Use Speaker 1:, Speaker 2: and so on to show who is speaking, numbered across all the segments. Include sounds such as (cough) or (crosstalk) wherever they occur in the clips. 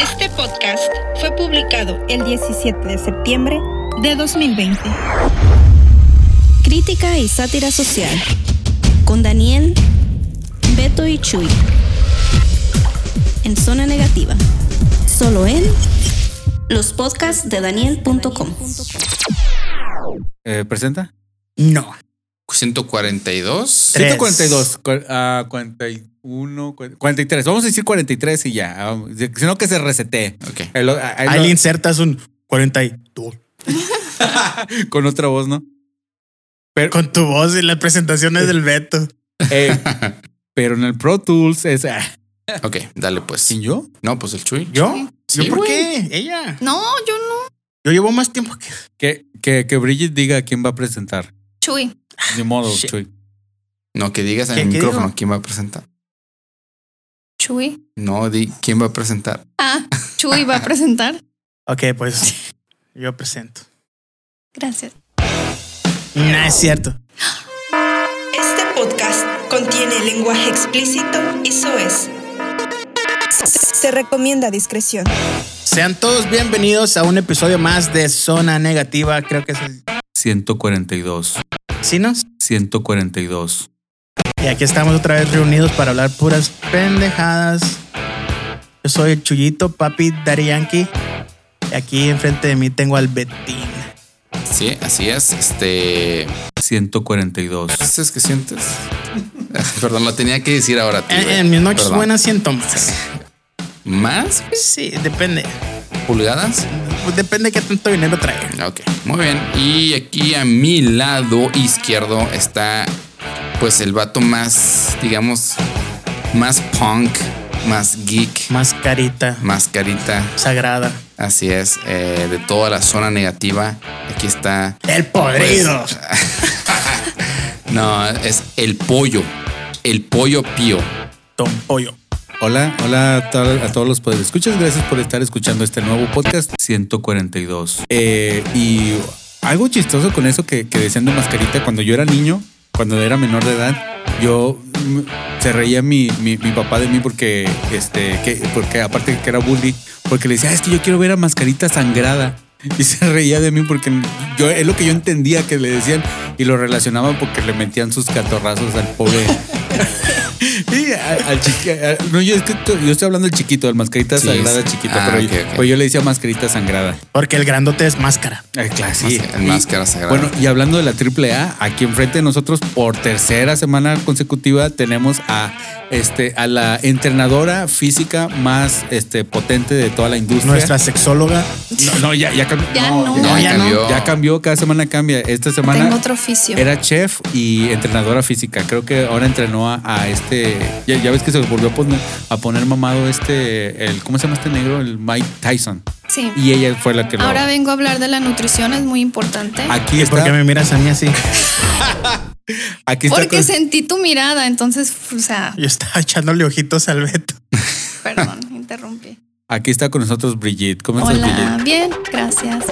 Speaker 1: Este podcast fue publicado el 17 de septiembre de 2020.
Speaker 2: Crítica y sátira social. Con Daniel, Beto y Chuy. En zona negativa. Solo en los podcasts de Daniel.com.
Speaker 3: Eh, ¿Presenta?
Speaker 4: No.
Speaker 5: 142.
Speaker 4: Tres.
Speaker 3: 142, cu- ah, 41, cu- 43. Vamos a decir 43 y ya. ah, Sino que se resete.
Speaker 5: Ok.
Speaker 4: Ahí le insertas un 42.
Speaker 3: con otra voz, ¿no?
Speaker 4: Con tu voz y las presentaciones del Beto.
Speaker 3: Eh, pero en el Pro Tools es. ah,
Speaker 5: Ok, dale pues.
Speaker 3: ¿Quién yo?
Speaker 5: No, pues el Chuy.
Speaker 4: ¿Yo?
Speaker 5: Sí,
Speaker 4: ¿Yo por
Speaker 5: güey.
Speaker 4: qué? Ella.
Speaker 6: No, yo no.
Speaker 4: Yo llevo más tiempo que.
Speaker 3: Que, que, que Bridget diga quién va a presentar.
Speaker 6: Chuy.
Speaker 3: Ni modo,
Speaker 4: Shit.
Speaker 3: Chuy.
Speaker 5: No, que digas en el
Speaker 4: ¿Qué- qué
Speaker 5: micrófono
Speaker 4: digo?
Speaker 5: quién va a presentar.
Speaker 6: Chuy.
Speaker 5: No, di quién va a presentar.
Speaker 6: Ah, Chuy va a presentar.
Speaker 4: Ok, pues yo presento.
Speaker 6: Gracias.
Speaker 4: No es cierto.
Speaker 1: Este podcast contiene lenguaje explícito y soez. Se recomienda discreción.
Speaker 4: Sean todos bienvenidos a un episodio más de Zona Negativa. Creo que es el.
Speaker 3: 142.
Speaker 4: ¿Sí, no?
Speaker 3: 142.
Speaker 4: Y aquí estamos otra vez reunidos para hablar puras pendejadas. Yo soy el Chuyito, papi Daddy Yankee. Y aquí enfrente de mí tengo al Betín.
Speaker 5: Sí, así es. Este.
Speaker 3: 142.
Speaker 5: ¿Qué es que sientes? (laughs) Perdón, lo tenía que decir ahora. tío.
Speaker 4: En, en mis noches
Speaker 5: Perdón.
Speaker 4: buenas siento más.
Speaker 5: ¿Más
Speaker 4: Sí, depende.
Speaker 5: pulgadas?
Speaker 4: Pues depende qué tanto dinero traiga.
Speaker 5: Ok, muy bien. Y aquí a mi lado izquierdo está, pues, el vato más, digamos, más punk, más geek,
Speaker 4: Más carita,
Speaker 5: más carita.
Speaker 4: sagrada.
Speaker 5: Así es, eh, de toda la zona negativa. Aquí está.
Speaker 4: El podrido.
Speaker 5: No, es el pollo. El pollo pío.
Speaker 4: Don Pollo.
Speaker 3: Hola, hola a, to- a todos los poderes. Escuchas, gracias por estar escuchando este nuevo podcast 142. Eh, y algo chistoso con eso que, que decían de mascarita, cuando yo era niño, cuando era menor de edad, yo mm, se reía mi, mi- mi papá de mí porque, este, que, porque aparte que era bully, porque le decía, "Ah, es que yo quiero ver a mascarita sangrada. Y se reía de mí porque yo es lo que yo entendía que le decían y lo relacionaban porque le metían sus catorrazos al pobre. Sí, al, al chiqui- al- no, yo, es que tú- yo estoy hablando del chiquito, del mascarita
Speaker 5: Sí,
Speaker 3: sangrada
Speaker 5: sí.
Speaker 3: chiquito,
Speaker 5: Ah,
Speaker 3: pero,
Speaker 5: ok,
Speaker 3: yo,
Speaker 5: ok.
Speaker 3: pues yo le decía mascarita sangrada.
Speaker 4: Porque el grandote es máscara.
Speaker 5: Ah,
Speaker 3: Ay, claro,
Speaker 5: Máscara- máscara sagrada.
Speaker 3: Bueno, y hablando de la AAA, aquí enfrente de nosotros por tercera semana consecutiva tenemos a este a la entrenadora física más este potente de toda la industria.
Speaker 4: Nuestra sexóloga.
Speaker 3: No, no, ya, ya cambió.
Speaker 6: Ya no.
Speaker 4: No, ya no.
Speaker 3: Ya cambió, cada semana cambia. Esta semana
Speaker 6: Tengo otro oficio.
Speaker 3: Era chef y entrenadora física. Creo que ahora entrenó a, a este. Ya, ya ves que se volvió a poner, a poner mamado este. El, ¿Cómo se llama este negro? El Mike Tyson.
Speaker 6: Sí.
Speaker 3: Y ella fue la que lo.
Speaker 6: Ahora vengo a hablar de la nutrición, es muy importante.
Speaker 3: aquí
Speaker 4: ¿Y
Speaker 3: está.
Speaker 4: por qué me miras a mí (laughs) así?
Speaker 3: Aquí está.
Speaker 6: Porque
Speaker 3: con-
Speaker 6: sentí tu mirada, entonces, o sea,
Speaker 4: Yo estaba echándole ojitos al Beto.
Speaker 6: perdón, (laughs) interrumpí.
Speaker 3: Aquí está con nosotros Brigitte. ¿Cómo estás,
Speaker 6: Hola, bien, gracias.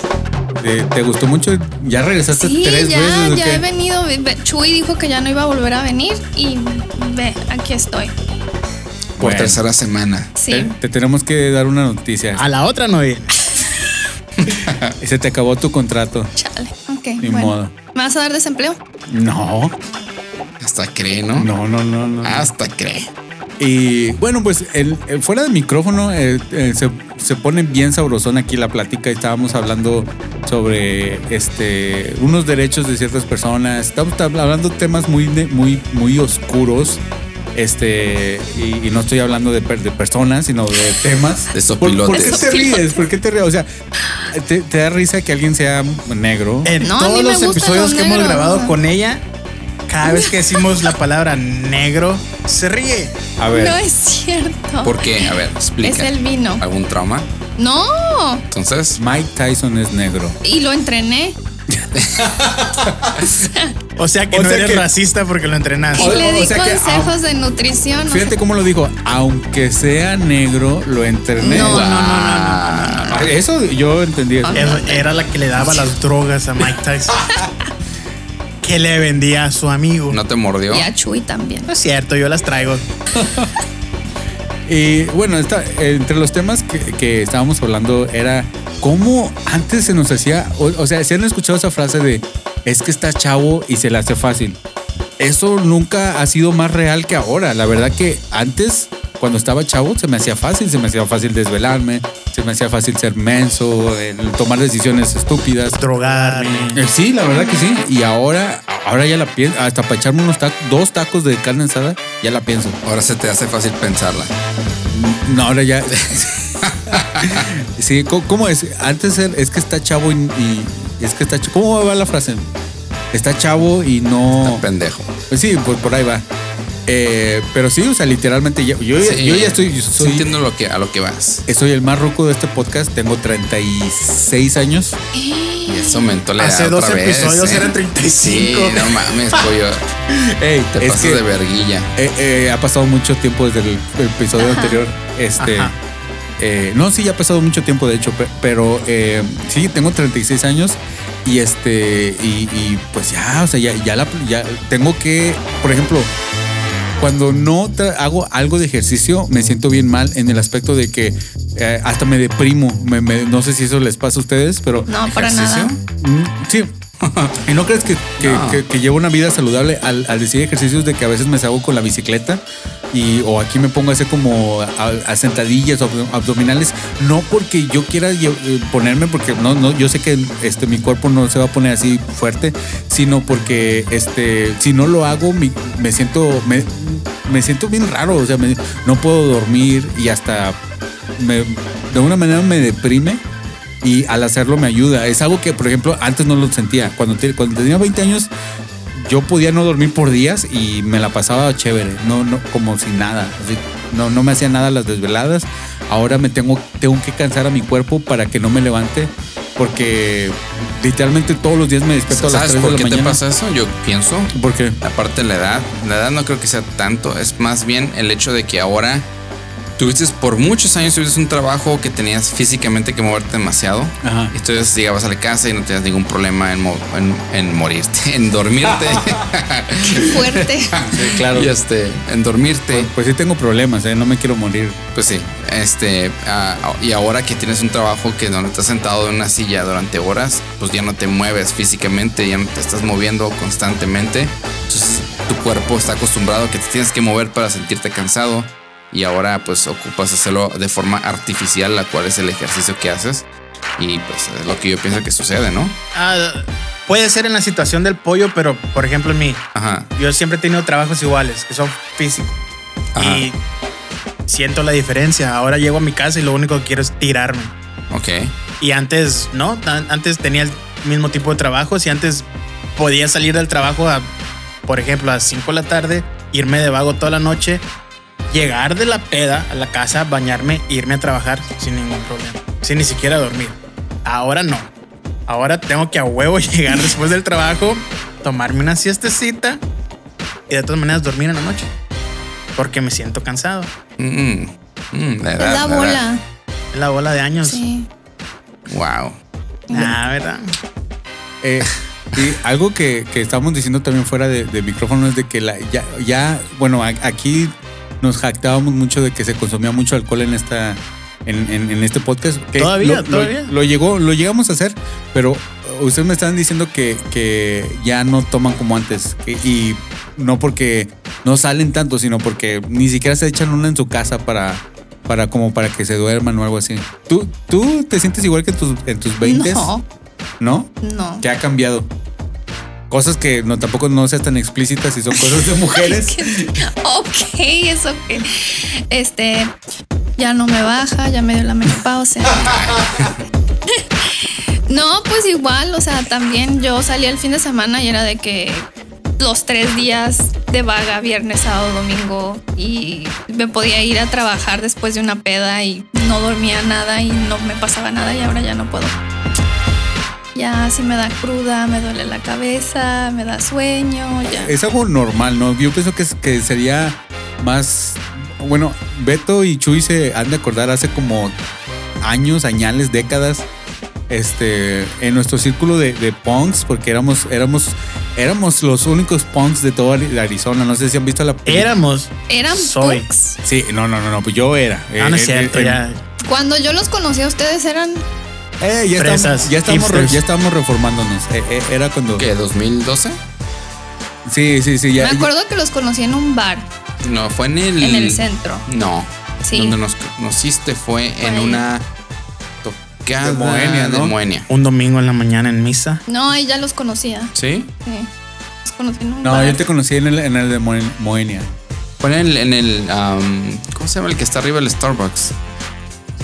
Speaker 3: Brigitte? Eh, ¿Te, gustó mucho? Ya regresaste
Speaker 6: Sí,
Speaker 3: tres
Speaker 6: ya,
Speaker 3: veces. ¿o
Speaker 6: ya
Speaker 3: qué?
Speaker 6: he venido. Ve- ve- Chuy dijo que ya no iba a volver a venir y ve, aquí estoy.
Speaker 5: Por
Speaker 3: Bueno,
Speaker 5: tercera semana.
Speaker 6: Sí.
Speaker 3: te, te tenemos que dar una noticia.
Speaker 4: A la otra no viene.
Speaker 3: Se te acabó tu contrato.
Speaker 6: Chale. Ok.
Speaker 3: Ni
Speaker 6: bueno.
Speaker 3: modo.
Speaker 6: ¿Me vas a dar desempleo?
Speaker 3: No,
Speaker 5: Hasta cree, ¿no?
Speaker 3: no, no, no, no.
Speaker 4: Ah,
Speaker 5: Hasta cree.
Speaker 3: Y bueno, pues el, el fuera del micrófono eh, eh, se, se pone bien sabrosón aquí la plática. Estábamos hablando sobre este unos derechos de ciertas personas. Estamos tab- hablando temas muy, de- muy, muy oscuros. Este, y, y no estoy hablando de, per- de personas, sino de temas.
Speaker 5: De
Speaker 3: ¿Por, por qué
Speaker 5: sopilotes.
Speaker 3: te ríes? ¿Por qué te ríes? O sea, te, te da risa que alguien sea negro.
Speaker 5: Eh,
Speaker 4: En
Speaker 6: No, a
Speaker 4: todos
Speaker 6: mí me
Speaker 4: los
Speaker 6: gustan
Speaker 4: episodios
Speaker 6: los
Speaker 4: que hemos
Speaker 6: negros, o
Speaker 4: grabado
Speaker 6: sea.
Speaker 4: con ella, cada vez que decimos la palabra negro, se ríe.
Speaker 3: A ver,
Speaker 6: No es cierto.
Speaker 5: ¿Por qué? A ver, explica.
Speaker 6: Es el vino.
Speaker 5: ¿Algún trauma?
Speaker 6: No.
Speaker 5: Entonces,
Speaker 3: Mike Tyson es negro.
Speaker 6: Y lo entrené.
Speaker 4: O sea que
Speaker 3: O
Speaker 4: no
Speaker 3: sea
Speaker 4: eres
Speaker 3: que-
Speaker 4: racista porque lo entrenaste.
Speaker 3: O-
Speaker 6: Y
Speaker 3: o
Speaker 6: le di
Speaker 3: sea que, ah,
Speaker 6: consejos de nutrición. o sea,
Speaker 3: Fíjate cómo lo dijo. Aunque sea negro, lo entrené.
Speaker 6: No, no, no,
Speaker 3: Ah, Eso yo entendí. eso.
Speaker 4: Era- Era la que le daba las drogas a Mike Tyson. (laughs) que le vendía a su amigo. No,
Speaker 5: ¿no te mordió?
Speaker 6: y a Chuy también.
Speaker 4: es cierto, yo las traigo.
Speaker 3: Y bueno, esta- entre los temas que, que estábamos hablando era cómo antes se nos hacía, o, o sea, si han escuchado esa frase de es que está chavo y se le hace fácil. Eso nunca ha sido más real que ahora. La verdad que antes, cuando estaba chavo, se me hacía fácil, se me hacía fácil desvelarme, se me hacía fácil ser menso, el tomar decisiones estúpidas.
Speaker 4: drogarme.
Speaker 3: Eh, sí, la verdad que sí. Y ahora, ahora ya la pienso, hasta para echarme unos tacos, dos tacos de carne asada, ya la pienso.
Speaker 5: Ahora se te hace fácil pensarla.
Speaker 3: No, ahora ya. (laughs) sí, ¿cómo, cómo es? Antes era- es que está chavo y, y es que está chavo. ¿Cómo va la frase? Está chavo y no.
Speaker 5: Tan pendejo.
Speaker 3: Pues sí, por, por ahí va. Eh, pero sí, o sea, literalmente ya- yo,
Speaker 5: Sí,
Speaker 3: yo ya estoy.
Speaker 5: sí
Speaker 3: soy-
Speaker 5: entiendo lo que, a lo que vas.
Speaker 3: soy el más ruco de este podcast. Tengo 36 años.
Speaker 5: Y
Speaker 3: ¿Eh?
Speaker 5: eso aumentó la
Speaker 4: Hace
Speaker 5: edad
Speaker 4: dos
Speaker 5: otra vez,
Speaker 4: episodios
Speaker 5: ¿eh?
Speaker 4: eran 35.
Speaker 5: Sí, no mames, pollo.
Speaker 3: Ey, (laughs)
Speaker 5: Te
Speaker 3: es
Speaker 5: pasas
Speaker 3: que-
Speaker 5: de verguilla.
Speaker 3: Eh, eh, ha pasado mucho tiempo desde el, el episodio anterior. Este.
Speaker 4: Ajá.
Speaker 3: eh, no, sí, ya ha pasado mucho tiempo, de hecho, pe- pero eh, sí, tengo 36 años y este. Y, y, pues ya, o sea, ya, ya, la, ya tengo que. Por ejemplo, cuando no tra- hago algo de ejercicio, me siento bien mal en el aspecto de que eh, hasta me deprimo. Me- me- no sé si eso les pasa a ustedes, pero.
Speaker 6: No, para
Speaker 5: ¿Ejercicio?
Speaker 6: nada.
Speaker 3: Mm, Sí. (laughs) ¿Y no crees que, que,
Speaker 5: No.
Speaker 3: que- que llevo una vida saludable al, al decir ejercicios de que a veces me salgo con la bicicleta y o aquí me pongo a hacer como a, a sentadillas o abdo- abdominales? No porque yo quiera lle- eh, ponerme, porque no, no, yo sé que este, mi cuerpo no se va a poner así fuerte, sino porque este, si no lo hago mi- me siento me, me siento bien raro, o sea, me- no puedo dormir y hasta me- de una manera me deprime y al hacerlo me ayuda. Es algo que, por ejemplo, antes no lo sentía. Cuando, te- cuando tenía 20 años, yo podía no dormir por días y me la pasaba chévere, no, no, como si nada. Así, no, no me hacía nada las desveladas. Ahora me tengo, tengo que cansar a mi cuerpo para que no me levante, porque literalmente todos los días me despierto a las
Speaker 5: Pues,
Speaker 3: 3
Speaker 5: ¿Sabes por
Speaker 3: de
Speaker 5: qué
Speaker 3: la
Speaker 5: te
Speaker 3: mañana.
Speaker 5: pasa eso? Yo pienso.
Speaker 3: ¿Por qué?
Speaker 5: Aparte de la edad, la edad no creo que sea tanto, es más bien el hecho de que ahora tuviste por muchos años tuviste un trabajo que tenías físicamente que moverte demasiado.
Speaker 3: Ajá.
Speaker 5: Entonces llegabas a la casa y no tenías ningún problema en, mo- en- en morirte, (laughs) en
Speaker 3: (laughs)
Speaker 5: dormirte.
Speaker 6: Qué fuerte.
Speaker 3: claro.
Speaker 5: Y este, en dormirte.
Speaker 3: Pues sí tengo problemas, ¿eh? no me quiero morir.
Speaker 5: Pues sí, este, ah, y ahora que tienes un trabajo que donde estás sentado en una silla durante horas, pues ya no te mueves físicamente, ya no te estás moviendo constantemente. Entonces tu cuerpo está acostumbrado a que te tienes que mover para sentirte cansado y ahora pues ocupas hacerlo de forma artificial, la cual es el ejercicio que haces. Y pues es lo que yo pienso que sucede, ¿no?
Speaker 4: (laughs) Ah, puede ser en la situación del pollo, pero por ejemplo en mí,
Speaker 5: Ajá.
Speaker 4: yo siempre he tenido trabajos iguales, que son físicos.
Speaker 5: Ajá.
Speaker 4: Y siento la diferencia. Ahora llego a mi casa y lo único que quiero es tirarme.
Speaker 5: Ok.
Speaker 4: Y antes, ¿no? An- Antes tenía el mismo tipo de trabajos y antes podía salir del trabajo a, por ejemplo, a 5 de la tarde, irme de vago toda la noche, llegar de la peda a la casa, bañarme, e irme a trabajar sin ningún problema, sin ni siquiera dormir. Ahora no. Ahora tengo que a huevo (laughs) llegar después del trabajo, tomarme una siestecita y de todas maneras dormir en la noche. Porque me siento cansado.
Speaker 5: Mm, mm, la
Speaker 3: Ah,
Speaker 5: edad,
Speaker 6: Es la
Speaker 5: la edad.
Speaker 6: bola.
Speaker 4: Es la bola de años.
Speaker 6: Sí.
Speaker 5: Wow.
Speaker 4: Ah, ¿verdad?
Speaker 3: Eh, y algo que, que estábamos diciendo también fuera de, de micrófono es de que la, ya, ya, bueno, a- aquí nos jactábamos mucho de que se consumía mucho alcohol en esta en, en- en este podcast. Que
Speaker 4: Todavía,
Speaker 3: lo, lo-
Speaker 4: todavía.
Speaker 3: Lo, llegó, lo llegamos a hacer, pero ustedes me estaban diciendo que, que ya no toman como antes. que- y no porque no salen tanto, sino porque ni siquiera se echan una en su casa para para como para que se duerman o algo así. ¿Tú, tú te sientes igual que en tus, en tus 20s?
Speaker 6: No,
Speaker 3: ¿No?
Speaker 6: no.
Speaker 3: que ha cambiado. Cosas que no, tampoco no sean tan explícitas y son cosas de (laughs) mujeres.
Speaker 6: Ok, eso que. Este. Ya no me baja, ya me dio la menopausia. (laughs) no, pues igual, o sea, también yo salía el fin de semana y era de que los tres días de vaga, viernes, sábado, domingo, y me podía ir a trabajar después de una peda y no dormía nada y no me pasaba nada y ahora ya no puedo. Ya sí me da cruda, me duele la cabeza, me da sueño, ya.
Speaker 3: es algo normal, ¿no? Yo pienso que, es- que sería más. Bueno, Beto y Chuy se han de acordar hace como años, añales, décadas, este, en nuestro círculo de, de punks, porque éramos, éramos, éramos los únicos punks de toda Ari- de Arizona. No sé si han visto la peli-
Speaker 4: Éramos.
Speaker 6: Eran
Speaker 4: Soy.
Speaker 6: punks.
Speaker 3: Sí, no, no, no, no, pues yo era.
Speaker 4: Ah, no es
Speaker 3: Eh,
Speaker 4: cierto,
Speaker 3: eh,
Speaker 4: ya.
Speaker 6: Cuando yo los conocí a ustedes eran
Speaker 3: eh, ya, estamos,
Speaker 4: Fresas,
Speaker 3: ya, estamos, re-
Speaker 4: hipsters.
Speaker 3: ya estamos reformándonos. Eh, eh, era cuando.
Speaker 5: ¿Qué? ¿2012?
Speaker 3: Sí, sí, sí. Ya,
Speaker 6: me acuerdo que los conocí en un bar
Speaker 5: No, fue en el.
Speaker 6: en el centro.
Speaker 5: No.
Speaker 6: Sí.
Speaker 5: Donde nos conociste fue
Speaker 6: Fue
Speaker 5: en
Speaker 6: ahí.
Speaker 5: una tocada
Speaker 3: De
Speaker 5: de
Speaker 3: Moenia,
Speaker 5: Moenia.
Speaker 3: ¿no?
Speaker 4: Un domingo en la mañana en misa.
Speaker 6: No, ahí ya los conocía.
Speaker 5: ¿Sí?
Speaker 6: Sí. Los conocí en un
Speaker 3: No,
Speaker 6: bar.
Speaker 3: yo te conocí en el, en el de Moen- Moenia.
Speaker 5: Fue en el. En el am, ¿Cómo se llama el que está arriba del Starbucks?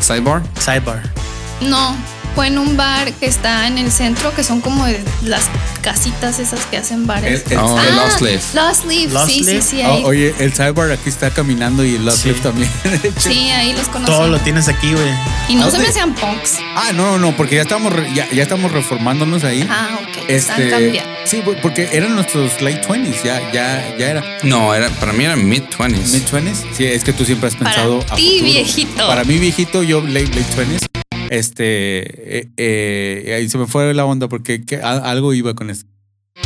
Speaker 5: ¿Sidebar?
Speaker 4: Sidebar.
Speaker 6: No, fue en un bar que está en el centro, que son como de las casitas esas que hacen bares. Ah,
Speaker 3: El-
Speaker 5: Oh, el Lost Leaf.
Speaker 6: Lost Leaf,
Speaker 4: Lost
Speaker 6: sí,
Speaker 4: Leaf.
Speaker 6: sí, sí,
Speaker 3: Oh,
Speaker 6: ahí,
Speaker 3: oye, el Cyborg aquí está caminando y el
Speaker 4: Sí.
Speaker 3: Uplift también. (laughs)
Speaker 6: sí, ahí los conocí.
Speaker 4: Todo lo tienes aquí, güey.
Speaker 6: Y no se
Speaker 3: ¿Dónde?
Speaker 6: me hacían punks.
Speaker 3: ah, no, no, porque ya estamos, re- ya, ya estamos reformándonos ahí.
Speaker 6: Ah, ok. Están
Speaker 3: Este,
Speaker 6: cambiando.
Speaker 3: sí, por- porque eran nuestros late 20s, ya, ya, ya era.
Speaker 5: No, era, para mí era mid-20s.
Speaker 3: ¿Mid 20s? Sí, es que tú siempre has
Speaker 6: Para
Speaker 3: pensado. a
Speaker 6: ti,
Speaker 3: futuro.
Speaker 6: viejito.
Speaker 3: Para mí, viejito, yo late, late 20s. Este. eh, eh, ahí se me fue la onda porque que- a- algo iba con esto.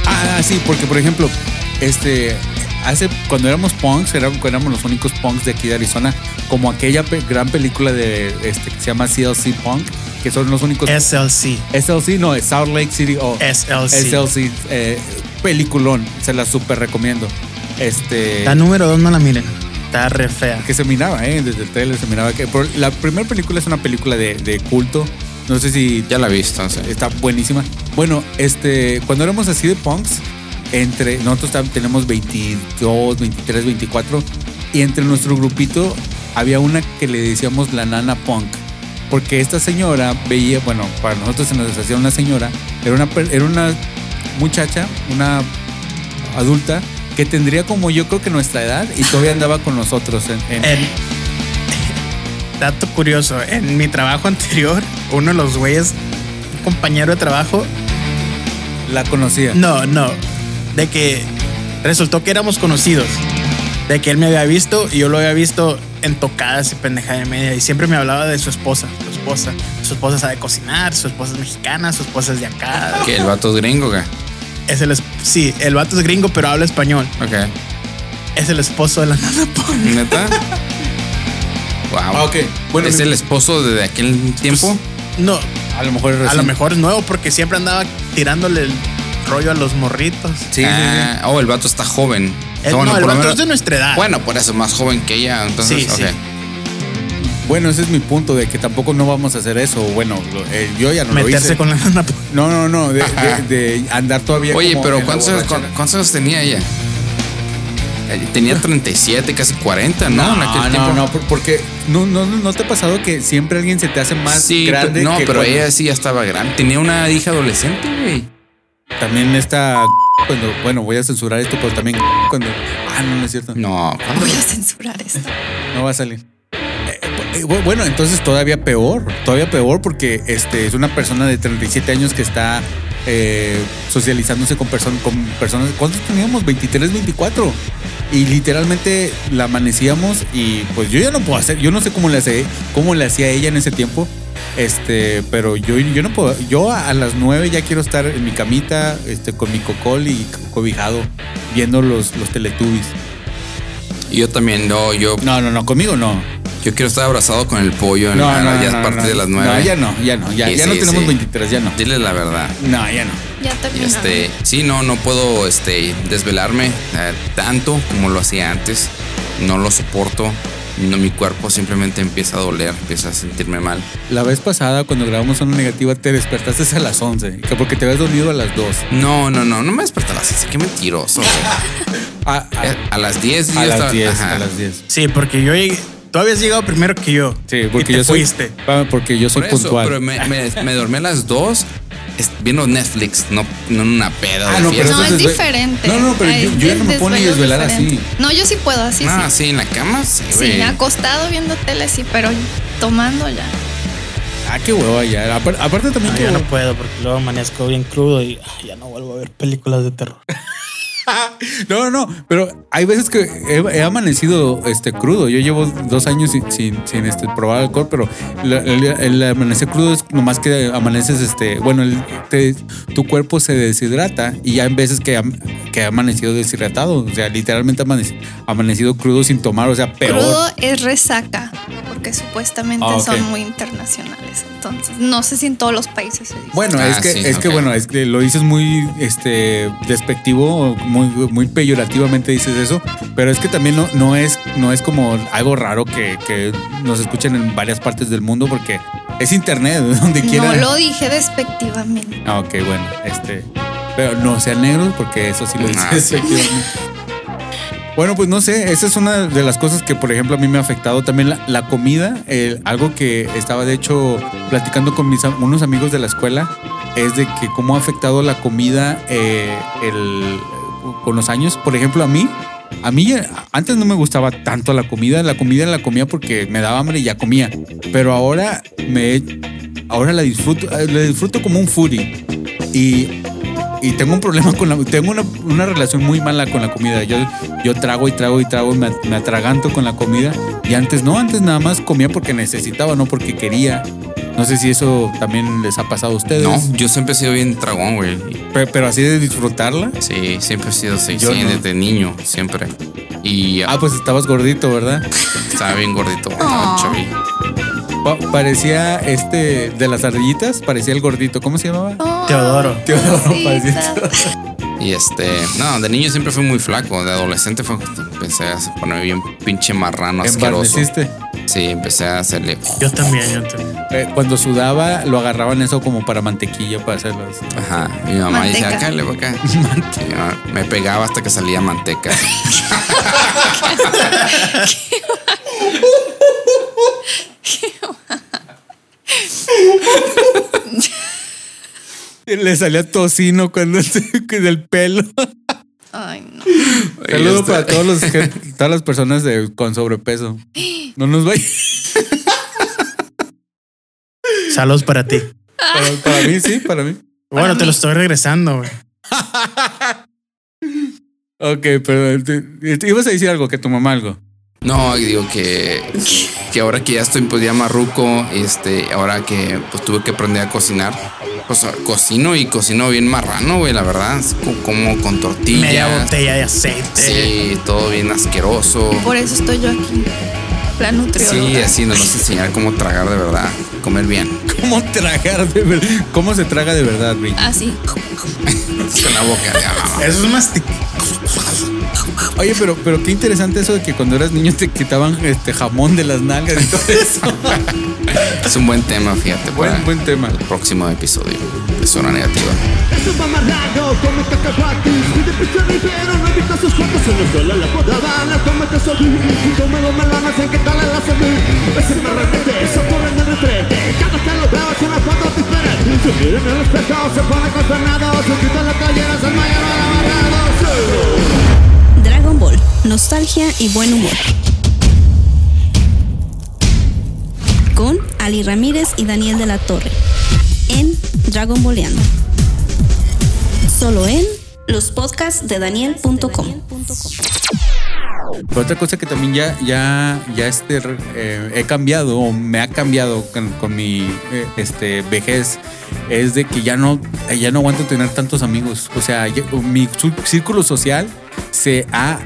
Speaker 3: Ah, ah, sí, porque por ejemplo, este. Hace, cuando éramos punks, éramos, cuando éramos los únicos punks de aquí de Arizona, como aquella pe- gran película de, este, que se llama CLC Punk, que son los únicos...
Speaker 4: SLC.
Speaker 3: SLC, no, es South Lake City. Oh,
Speaker 4: SLC.
Speaker 3: SLC, eh, peliculón, se la súper recomiendo. Este,
Speaker 4: La número dos no la miren. Está re fea.
Speaker 3: que se miraba, ¿eh? Desde el trailer se miraba que... por- la primera película es una película de, de culto. No sé si
Speaker 5: Ya la he visto, o sea,
Speaker 3: está buenísima. Bueno, este, cuando éramos así de punks, entre nosotros tam- tenemos 22, 23, 24, y entre nuestro grupito había una que le decíamos la nana punk. Porque esta señora veía, bueno, para nosotros se nos hacía una señora, era una, per- era una muchacha, una adulta, que tendría como yo creo que nuestra edad y todavía andaba con nosotros en, en-
Speaker 4: En- (laughs) dato curioso, en mi trabajo anterior, uno de los güeyes, un compañero de trabajo,
Speaker 3: la conocía.
Speaker 4: no, no, de que resultó que éramos conocidos, de que él me había visto y yo lo había visto en tocadas y pendejada de media y siempre me hablaba de su esposa, su esposa, su esposa sabe cocinar, su esposa es mexicana, su esposa es de acá.
Speaker 5: (laughs) que el vato es gringo, ¿qué?
Speaker 4: Es el, es- sí, el vato es gringo pero habla español,
Speaker 5: Ok.
Speaker 4: es el esposo de la nana. pues,
Speaker 5: ¿Neta? wow.
Speaker 3: Ah, ok. Bueno,
Speaker 5: ¿Es
Speaker 3: no-
Speaker 5: el esposo de aquel tiempo?
Speaker 4: Pues, No,
Speaker 3: A lo mejor es
Speaker 4: a lo
Speaker 3: reciente.
Speaker 4: mejor es nuevo porque siempre andaba tirándole el rollo a los morritos.
Speaker 3: Sí, sí, sí.
Speaker 5: Ah, Oh, el vato está joven.
Speaker 4: El- Eh,
Speaker 5: Bueno,
Speaker 4: no, el
Speaker 5: por lo
Speaker 4: vato
Speaker 5: menos-
Speaker 4: es de nuestra edad.
Speaker 5: Bueno, por eso, más joven que ella. Entonces,
Speaker 4: Sí, sí.
Speaker 5: ok.
Speaker 3: Bueno, ese es mi punto de que tampoco no vamos a hacer eso. Bueno, lo- eh, yo ya no lo
Speaker 4: meterse
Speaker 3: hice.
Speaker 4: con la nana. pues.
Speaker 3: No, no, no, de, de- de andar todavía.
Speaker 5: Oye,
Speaker 3: como en
Speaker 5: pero
Speaker 3: la
Speaker 5: ¿cuántos años, cu-
Speaker 3: borrachera.
Speaker 5: cuántos años tenía ella? Eh, Tenía 37, casi 40, ¿no? En aquel
Speaker 3: No,
Speaker 5: tiempo.
Speaker 3: no, no, por- porque no, no, no te ha pasado que siempre alguien se te hace más
Speaker 5: sí,
Speaker 3: grande.
Speaker 5: no,
Speaker 3: que
Speaker 5: pero
Speaker 3: cuando-
Speaker 5: ella sí ya estaba grande. Tenía una hija adolescente, güey.
Speaker 3: También está cuando, bueno, voy a censurar esto, pero también cuando. Ah, no, no es cierto.
Speaker 5: No,
Speaker 6: Voy a censurar esto.
Speaker 3: No va a salir. Eh, eh, bu- Bueno, entonces todavía peor, todavía peor porque este es una persona de 37 años que está eh, socializándose con, perso- con personas. ¿Cuántos teníamos? 23, 24. Y literalmente la amanecíamos y pues yo ya no puedo hacer, yo no sé cómo le, hace, cómo le hacía ella en ese tiempo. Este, pero yo, yo no puedo, yo a, a las 9 ya quiero estar en mi camita, este, con mi cocol y cobijado, viendo los, los teletubbies.
Speaker 5: y yo también, no, yo,
Speaker 3: No, no, no, conmigo no.
Speaker 5: yo quiero estar abrazado con el pollo en la- ya es parte de las nueve.
Speaker 3: No, ya no, ya no, ya,
Speaker 5: Sí,
Speaker 3: ya no
Speaker 5: sí,
Speaker 3: tenemos
Speaker 5: sí.
Speaker 3: 23, ya no.
Speaker 5: Dile la verdad.
Speaker 3: No, ya no.
Speaker 6: Ya terminaron.
Speaker 5: Este, sí, no, no puedo este, desvelarme eh, tanto como lo hacía antes. No lo soporto. No, mi cuerpo simplemente empieza a doler, empieza a sentirme mal.
Speaker 3: La vez pasada cuando grabamos una negativa te despertaste a las 11, que porque te habías dormido a las 2.
Speaker 5: No, no, no, no me despertaba a las 11, Qué mentiroso.
Speaker 3: (laughs) A, a-
Speaker 5: Eh, A las 10 yo
Speaker 3: a las
Speaker 5: estaba-
Speaker 3: 10,
Speaker 5: ajá.
Speaker 3: a las 10.
Speaker 4: Sí, porque yo llegué. Tú habías llegado primero que yo.
Speaker 3: Sí,
Speaker 4: y
Speaker 3: porque
Speaker 4: te
Speaker 3: yo soy
Speaker 4: fuiste.
Speaker 3: ah, porque yo soy
Speaker 5: Por eso,
Speaker 3: puntual.
Speaker 5: pero me, me- me dormí a las 2 es- viendo Netflix, no, no en una peda.
Speaker 3: Ah,
Speaker 5: de
Speaker 3: no, pero
Speaker 5: fiesta.
Speaker 6: No,
Speaker 3: eso
Speaker 6: es
Speaker 3: desve-
Speaker 6: diferente.
Speaker 3: No, no, pero
Speaker 6: Ay,
Speaker 3: yo- yo ya no me puedo ni
Speaker 6: desvelos
Speaker 3: desvelar así.
Speaker 6: diferentes. No, yo sí puedo, así
Speaker 5: Ah,
Speaker 6: sí.
Speaker 5: sí, en la cama, sí, güey.
Speaker 6: Sí, acostado viendo tele, sí, pero tomando ya.
Speaker 3: Ah, qué hueva ya. Apar- aparte también
Speaker 4: Ah, No,
Speaker 3: qué
Speaker 4: yo no
Speaker 3: hueva.
Speaker 4: puedo porque luego amanezco bien crudo y ah, ya no vuelvo a ver películas de terror.
Speaker 3: (laughs) No, no, no, pero hay veces que he, he amanecido este, crudo. Yo llevo dos años sin, sin, sin, este, probar alcohol, pero la- el, el amanecer crudo es nomás que amaneces, este, bueno, el- te- tu cuerpo se deshidrata y ya en veces que, am- que he amanecido deshidratado, o sea, literalmente amaneci- amanecido crudo sin tomar, o sea, peor.
Speaker 6: Crudo es resaca, porque supuestamente
Speaker 3: Ah, ok.
Speaker 6: son muy internacionales. Entonces, no sé si en todos los países se dice.
Speaker 3: Bueno,
Speaker 5: Ah,
Speaker 3: es que,
Speaker 5: sí,
Speaker 3: es que
Speaker 5: ok.
Speaker 3: bueno, es que lo dices muy este despectivo, muy, muy peyorativamente dices eso, pero es que también no, no es, no es como algo raro que, que nos escuchen en varias partes del mundo porque es internet, (laughs) donde quiera.
Speaker 6: no lo dije despectivamente.
Speaker 3: Ah, ok, bueno, este. Pero no sean negros porque eso sí lo dices.
Speaker 5: Ah, sí.
Speaker 3: efectivamente. Bueno, pues no sé, esa es una de las cosas que, por ejemplo, a mí me ha afectado también la, la comida. eh, algo que estaba, de hecho, platicando con mis, am- unos amigos de la escuela es de que cómo ha afectado la comida eh, el- con los años. Por ejemplo, a mí, a mí eh, antes no me gustaba tanto la comida. La comida la comía porque me daba hambre y ya comía. Pero ahora me, ahora la disfruto, eh, la disfruto como un foodie. Y, y tengo un problema con la, tengo una, una relación muy mala con la comida. Yo, yo trago y trago y trago, me, at- me atraganto con la comida. Y antes no, antes nada más comía porque necesitaba, no porque quería. No sé si eso también les ha pasado a ustedes.
Speaker 5: No, yo siempre he sido bien tragón, güey.
Speaker 3: Pe- Pero, así de disfrutarla.
Speaker 5: Sí, siempre he sido así,
Speaker 3: Yo
Speaker 5: sí,
Speaker 3: no.
Speaker 5: desde niño, siempre. Y
Speaker 3: Ah, pues estabas gordito, ¿verdad?
Speaker 5: estaba bien gordito, estaba chavillo.
Speaker 3: Pa- parecía este de las ardillitas, parecía el gordito. ¿Cómo se llamaba? (laughs)
Speaker 6: Oh,
Speaker 4: Teodoro.
Speaker 3: Teodoro, parecía
Speaker 6: cosita.
Speaker 5: Y este, no, de niño siempre fui muy flaco, de adolescente fue, empecé a ponerme bien pinche marrano asqueroso.
Speaker 3: Embarneciste.
Speaker 5: Sí, empecé a hacerle.
Speaker 4: Yo también, yo también.
Speaker 3: Eh, cuando sudaba, lo agarraban eso como para mantequilla, para hacerlo así.
Speaker 5: Ajá, mi mamá
Speaker 6: Manteca.
Speaker 5: dice, acá
Speaker 3: (laughs)
Speaker 5: le acá. Y yo, Me pegaba hasta que salía manteca.
Speaker 3: Le salía tocino cuando (laughs) se- que del pelo.
Speaker 6: Ay, no.
Speaker 3: (laughs)
Speaker 5: Y
Speaker 3: Saludo
Speaker 5: este-
Speaker 3: para todos los que- todas las personas de- con sobrepeso. No nos vayan.
Speaker 4: Saludos para ti.
Speaker 3: Para, para mí, sí, para mí.
Speaker 4: Bueno, te lo estoy regresando, güey.
Speaker 3: Ok, pero te- te- ibas a decir algo, que tu mamá algo.
Speaker 5: No, y digo que, que ahora que ya estoy pues ya marruco, este, ahora que pues tuve que aprender a cocinar, pues cocino y cocino bien marrano, güey, la verdad, es co- como con tortillas.
Speaker 4: Media botella de aceite.
Speaker 5: Sí, todo bien asqueroso.
Speaker 6: Por eso estoy yo aquí. La nutrióloga.
Speaker 5: Sí, así nos vas a enseñar cómo tragar de verdad, comer bien.
Speaker 3: ¿Cómo tragar de verdad? ¿Cómo se traga de verdad, Rick?
Speaker 6: Así.
Speaker 5: Con
Speaker 3: (laughs)
Speaker 5: la boca. ah.
Speaker 4: Eso es más.
Speaker 3: Oye, pero, pero qué interesante eso de que cuando eras niño te quitaban este jamón de las nalgas y todo eso.
Speaker 5: Es un buen tema, fíjate. para
Speaker 3: buen, buen tema.
Speaker 5: El próximo episodio de Zona Negativa.
Speaker 7: Esto va más largo como cacahuates Pide pizza pero no evita sus cuartos En el sol a la podadana, tómate sol Toma dos melamas en que tal la salud Es el marranete, se ocurre en el refrete Cada que lo veo es una foto diferente Se mira en el espejo, se pone consternado Se quita la callera, se enmaya no la barrado
Speaker 2: Dragon Ball, nostalgia y buen humor. Con Ali Ramírez y Daniel de la Torre. En Dragon Boleando. Solo en los podcasts de Daniel.com.
Speaker 3: Pero otra cosa que también ya, ya, ya este, re- eh, he cambiado o me ha cambiado con, con mi eh, este, vejez es de que ya no, ya no aguanto tener tantos amigos. O sea, ya- mi su- círculo social se ha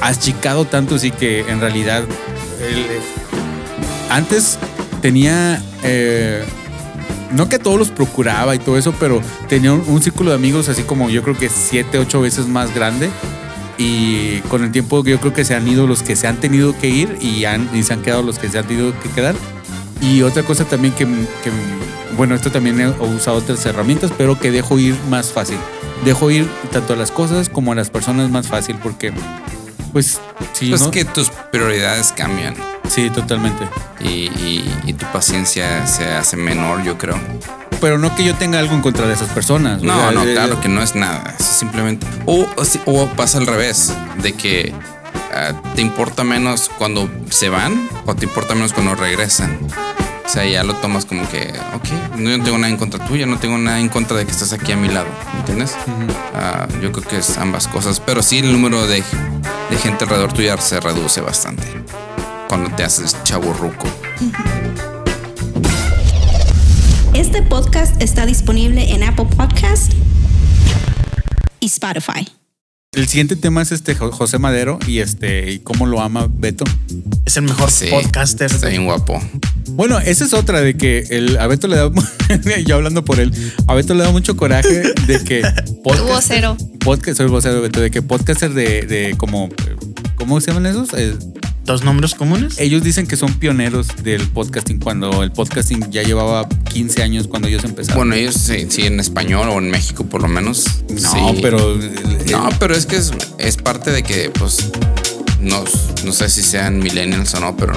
Speaker 3: achicado tanto, así que en realidad el- antes tenía... eh, no que a todos los procuraba y todo eso, pero tenía un, un círculo de amigos así como yo creo que siete, ocho veces más grande. Y con el tiempo yo creo que se han ido los que se han tenido que ir y, han, y se han quedado los que se han tenido que quedar. Y otra cosa también que, que- bueno, esto también he usado otras herramientas, pero que dejo ir más fácil. Dejo ir tanto a las cosas como a las personas más fácil porque, pues, sí,
Speaker 5: Pues
Speaker 3: ¿no?
Speaker 5: que tus prioridades cambian
Speaker 3: sí, totalmente.
Speaker 5: y, y- y tu paciencia se hace menor, yo creo.
Speaker 3: Pero no que yo tenga algo en contra de esas personas.
Speaker 5: No,
Speaker 3: o sea,
Speaker 5: no,
Speaker 3: eh,
Speaker 5: claro que no es nada. es simplemente. O, o si- o pasa al revés, de que ah, te importa menos cuando se van o te importa menos cuando regresan. O sea, ya lo tomas como que, ok, no, yo no tengo nada en contra tuya, no tengo nada en contra de que estés aquí a mi lado, ¿entiendes? Ah, yo creo que es ambas cosas, pero sí el número de, de gente alrededor tuya se reduce bastante cuando te haces chaburruco.
Speaker 2: Este podcast está disponible en Apple Podcast y Spotify.
Speaker 3: El siguiente tema es este Jo- José Madero y este y cómo lo ama Beto.
Speaker 4: Es el mejor
Speaker 5: Sí,
Speaker 4: podcaster.
Speaker 5: Está bien guapo.
Speaker 3: Bueno, esa es otra de que el, a Beto le da, (laughs) yo hablando por él, a Beto le da mucho coraje de que
Speaker 6: vocero.
Speaker 3: podcast, soy vocero de Beto, de que podcaster de, de como, ¿cómo se llaman esos? Eh,
Speaker 4: Dos nombres comunes.
Speaker 3: ellos dicen que son pioneros del podcasting cuando el podcasting ya llevaba 15 años cuando ellos empezaron.
Speaker 5: Bueno, ellos sí, sí, en español o en México por lo menos.
Speaker 3: no,
Speaker 5: sí.
Speaker 3: pero... eh,
Speaker 5: No, pero es que es, es parte de que, pues, no, no sé si sean millennials o no, pero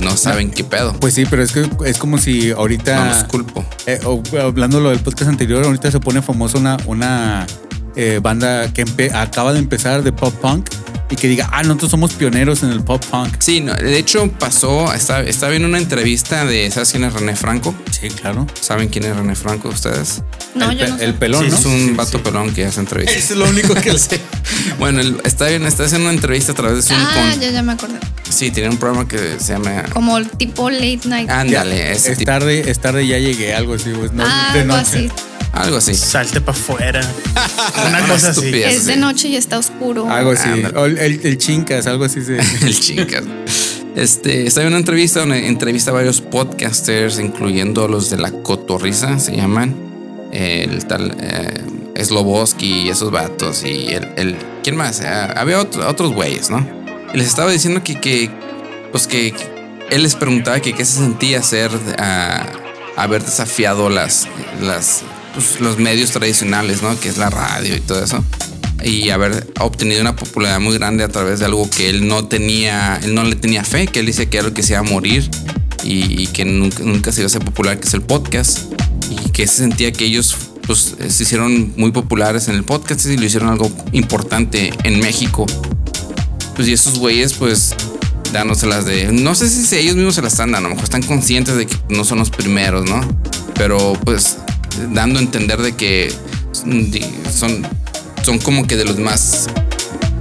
Speaker 5: no saben qué pedo.
Speaker 3: Pues sí, pero es que es como si ahorita...
Speaker 5: no los culpo.
Speaker 3: Eh, o- hablando lo del podcast anterior, ahorita se pone famosa una, una eh, banda que empe- acaba de empezar de pop punk y que diga, ah, nosotros somos pioneros en el pop punk.
Speaker 5: Sí, no, de hecho pasó, estaba, estaba viendo una entrevista de, ¿sabes quién es René Franco?
Speaker 3: Sí, claro.
Speaker 5: ¿Saben quién es René Franco ustedes?
Speaker 6: No,
Speaker 3: el,
Speaker 6: yo
Speaker 3: pe-
Speaker 6: no sé.
Speaker 3: el pelón,
Speaker 4: Sí,
Speaker 3: ¿no?
Speaker 5: es un vato pelón que hace entrevistas.
Speaker 3: Eso es lo único que sé.
Speaker 5: (laughs) Bueno, él está bien, está haciendo una entrevista a través de Zoom
Speaker 6: Ah,
Speaker 5: con...
Speaker 6: ya, ya me acordé.
Speaker 5: Sí, tiene un programa que se llama...
Speaker 6: Como el tipo late night.
Speaker 5: Ándale, ese
Speaker 3: es
Speaker 5: tipo,
Speaker 3: tarde, es tarde, ya llegué, algo así, pues, Ah, no,
Speaker 6: Ah,
Speaker 3: de
Speaker 6: algo
Speaker 3: noche.
Speaker 6: así.
Speaker 5: algo así.
Speaker 4: Salte para
Speaker 5: (laughs)
Speaker 4: afuera. Una cosa así.
Speaker 5: Estupidez.
Speaker 6: Es de
Speaker 5: sí.
Speaker 6: noche y está oscuro.
Speaker 3: Algo así.
Speaker 5: Ándale.
Speaker 3: O el, el chincas, algo así. se-
Speaker 5: (laughs) El chingas. Este, está en una entrevista donde entrevista a varios podcasters, incluyendo los de la cotorriza, se llaman. El tal eh, Sloboski y esos vatos. Y el. el- ¿Quién más? Ah, había otro- otros güeyes, ¿no? Y les estaba diciendo que. que pues que, que él les preguntaba que qué se sentía ser. ah, haber desafiado las. las pues, los medios tradicionales, ¿no? Que es la radio y todo eso y haber obtenido una popularidad muy grande a través de algo que él no tenía, él no le tenía fe, que él dice que era lo que se iba a morir y, y que nunca, nunca se iba a hacer popular, que es el podcast, y que se sentía que ellos pues, se hicieron muy populares en el podcast y lo hicieron algo importante en México. Pues y esos güeyes, pues, dándoselas de. No sé si se- ellos mismos se las están dando, a lo mejor están conscientes de que no son los primeros, ¿no? Pero pues, dando a entender de que de- son, son como que de los más.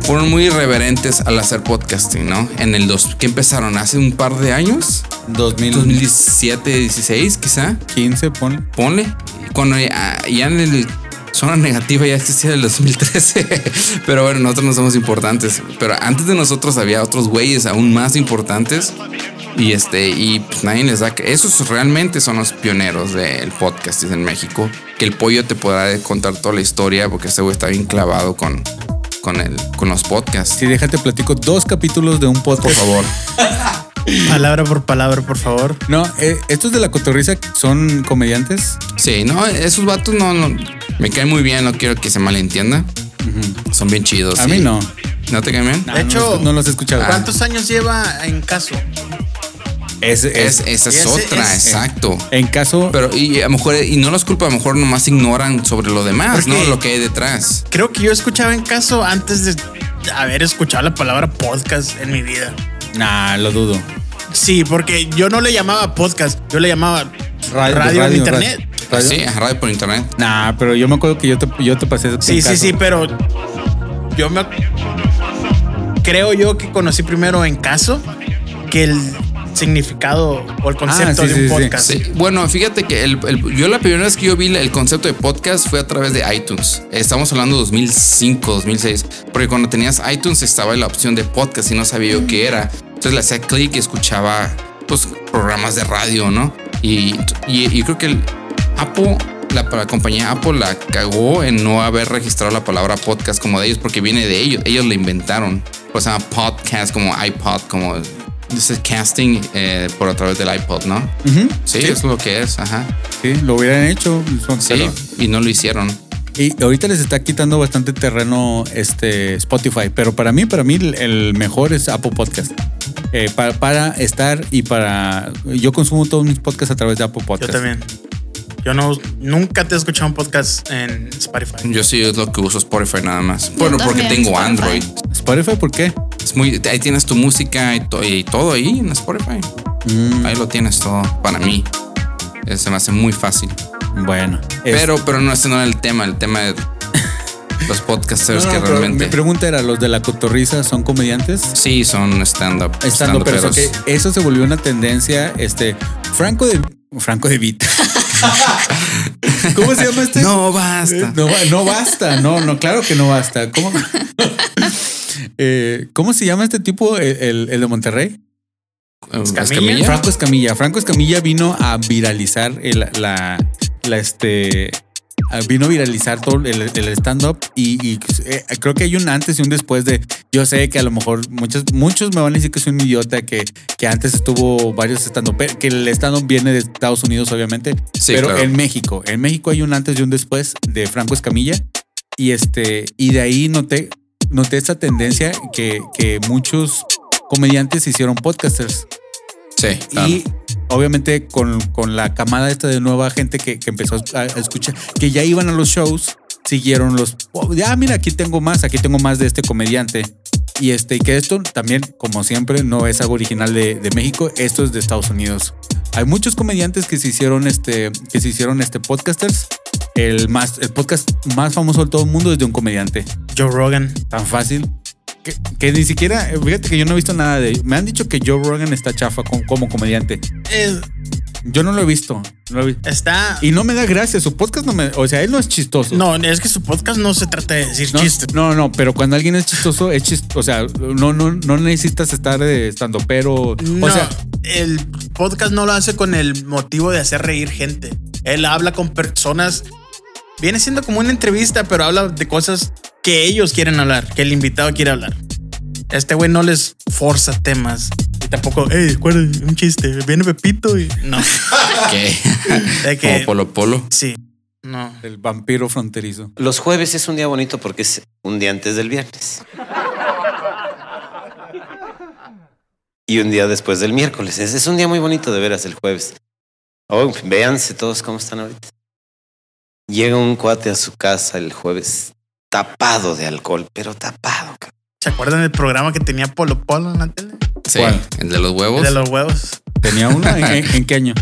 Speaker 5: Fueron muy irreverentes al hacer podcasting, ¿no? En el dos que empezaron hace un par de años,
Speaker 3: 2015,
Speaker 5: 2017, 16, quizá
Speaker 3: pon.
Speaker 5: ponle. Cuando ya, ah, ya en el zona negativa ya existía el 2013. (laughs) Pero bueno, nosotros no somos importantes. Pero antes de nosotros había otros güeyes aún más importantes. Y este, y pues nadie les da. Esos realmente son los pioneros del podcast en México. Que el pollo te podrá contar toda la historia porque ese güey está bien clavado con, con, el, con los podcasts.
Speaker 3: Sí, déjate platico dos capítulos de un
Speaker 5: Por
Speaker 3: podcast.
Speaker 5: favor.
Speaker 4: Palabra por palabra, por favor.
Speaker 3: (laughs) No, eh, estos de la cotorriza son comediantes.
Speaker 5: Sí, no, esos vatos no, no- me caen muy bien. No quiero que se malentienda. Son bien chidos.
Speaker 3: A mí
Speaker 5: y-
Speaker 3: no.
Speaker 5: ¿No te caen bien?
Speaker 4: De hecho,
Speaker 3: no los he escuchado.
Speaker 5: Ah.
Speaker 4: ¿cuántos años lleva en caso?
Speaker 3: Ese
Speaker 5: Es, esa es
Speaker 4: Ese
Speaker 5: otra,
Speaker 4: es-
Speaker 5: exacto.
Speaker 3: En caso,
Speaker 5: Pero y a lo mejor, y no los culpa, a lo mejor nomás ignoran sobre lo demás,
Speaker 4: ¿Por
Speaker 5: ¿no?
Speaker 4: qué?
Speaker 5: Lo que hay detrás.
Speaker 4: Creo que yo escuchaba en caso antes de haber escuchado la palabra podcast en mi vida.
Speaker 3: nah, lo dudo.
Speaker 4: Sí, porque yo no le llamaba podcast, yo le llamaba radio, en internet.
Speaker 3: radio- radio.
Speaker 5: Ah, Sí, ajá, radio por internet.
Speaker 3: Nah, pero yo me acuerdo que yo te, yo te pasé.
Speaker 4: Sí,
Speaker 3: en
Speaker 4: sí,
Speaker 3: caso.
Speaker 4: sí, pero yo me creo yo que conocí primero en caso que el significado o el concepto
Speaker 3: Ah,
Speaker 4: de
Speaker 3: sí,
Speaker 4: un
Speaker 3: sí, sí.
Speaker 4: podcast.
Speaker 5: Sí. Bueno, fíjate que el- el- yo la primera vez que yo vi el concepto de podcast fue a través de iTunes. Estamos hablando de 2005, 2006. Porque cuando tenías iTunes estaba la opción de podcast y no sabía yo qué era. Entonces le hacía clic y escuchaba pues, programas de radio, ¿no? Y, y, y creo que el Apple, la, la compañía Apple la cagó en no haber registrado la palabra podcast como de ellos porque viene de ellos. Ellos la inventaron. O sea, podcast como iPod, como... Dice casting eh, por a través del iPod, ¿no?
Speaker 3: Ujú,
Speaker 5: Sí, es lo que es, ajá.
Speaker 3: sí, lo hubieran hecho. son-
Speaker 5: Sí,
Speaker 3: pero-
Speaker 5: y no lo hicieron.
Speaker 3: y ahorita les está quitando bastante terreno este Spotify, pero para mí, para mí el- el mejor es Apple Podcast. Eh, para, para estar y para... Yo consumo todos mis podcasts a través de Apple
Speaker 4: Yo
Speaker 3: Podcast.
Speaker 4: también. Yo no nunca te he escuchado un podcast en Spotify.
Speaker 5: Yo sí es lo que uso Spotify nada más. bueno, porque
Speaker 6: también,
Speaker 5: tengo
Speaker 6: Spotify.
Speaker 5: Android.
Speaker 3: Spotify, ¿por qué?
Speaker 5: Es muy, ahí tienes tu música y, to- y todo ahí en Spotify. Ahí lo tienes todo para mí. Eh, Se me hace muy fácil.
Speaker 3: Bueno.
Speaker 5: Pero, pero no, ese no era el tema. El tema de (laughs) los
Speaker 3: (laughs) No,
Speaker 5: podcasters
Speaker 3: no,
Speaker 5: que
Speaker 3: pero
Speaker 5: realmente.
Speaker 3: Mi pregunta era, ¿los de la cotorriza son comediantes?
Speaker 5: Sí, son stand-up.
Speaker 3: Estando, pero
Speaker 5: stand-uperos.
Speaker 3: que eso se volvió una tendencia. Este Franco de Franco de Vita. (laughs) ¿Cómo se llama este?
Speaker 5: No basta.
Speaker 3: Eh, No, ba- no basta. No, no, claro que no basta. ¿Cómo, (laughs) Eh, ¿cómo se llama este tipo, el, el- el de Monterrey?
Speaker 5: Eh,
Speaker 4: Escamilla.
Speaker 5: Escamilla.
Speaker 3: Franco Escamilla. Franco Escamilla vino a viralizar el- la, la, este, a- vino a viralizar todo el, el stand-up y, y, eh, creo que hay un antes y un después de, yo sé que a lo mejor muchos, muchos me van a decir que soy un idiota, que, que antes estuvo varios stand-up, que el stand-up viene de Estados Unidos obviamente,
Speaker 5: Sí,
Speaker 3: pero
Speaker 5: claro.
Speaker 3: en México, en México hay un antes y un después de Franco Escamilla y este, y de ahí noté, noté esta tendencia que, que muchos comediantes hicieron podcasters.
Speaker 5: Sí, claro.
Speaker 3: (laughs) Y obviamente con, con la camada esta de nueva gente que, que empezó a, a escuchar, que ya iban a los shows, siguieron los... "Oh, Ah, mira, aquí tengo más, aquí tengo más de este comediante. Y este, y que esto también, como siempre, no es algo original de, de México, esto es de Estados Unidos. Hay muchos comediantes que se hicieron este, que se hicieron este podcasters. El, más, el podcast más famoso de todo el mundo es de un comediante.
Speaker 4: Joe Rogan.
Speaker 3: Tan fácil. Que, que ni siquiera, fíjate que yo no he visto nada de... Me han dicho que Joe Rogan está chafa con- como comediante.
Speaker 4: Es-
Speaker 3: Yo no lo he visto. no lo he vi-
Speaker 4: está.
Speaker 3: Y no me da gracia. Su podcast no me. O sea, él no es chistoso.
Speaker 4: No, es que su podcast no se trata de decir
Speaker 3: No,
Speaker 4: chistes.
Speaker 3: no, no, pero cuando alguien es chistoso, es chistoso. O sea, no, no, no necesitas estar eh, estando, pero.
Speaker 4: No,
Speaker 3: o sea,
Speaker 4: el podcast no lo hace con el motivo de hacer reír gente. Él habla con personas. Viene siendo como una entrevista, pero habla de cosas que ellos quieren hablar, que el invitado quiere hablar. Este güey no les forza temas. Y tampoco, hey, acuérdense, un chiste. Viene Pepito y. No.
Speaker 5: Que-
Speaker 3: (laughs)
Speaker 4: De que-
Speaker 5: (laughs) Como Polo Polo.
Speaker 4: Sí. No.
Speaker 3: el vampiro fronterizo.
Speaker 8: Los jueves es un día bonito porque es un día antes del viernes. Y un día después del miércoles. Es, es un día muy bonito de veras el jueves. Oh, véanse todos cómo están ahorita. Llega un cuate a su casa el jueves tapado de alcohol, pero tapado. cabrón.
Speaker 4: ¿Se acuerdan del programa que tenía Polo Polo en la tele?
Speaker 5: Sí.
Speaker 3: ¿Cuál?
Speaker 5: El de los
Speaker 4: El
Speaker 5: huevos.
Speaker 4: de los huevos.
Speaker 3: Tenía uno. ¿En, en- en qué año?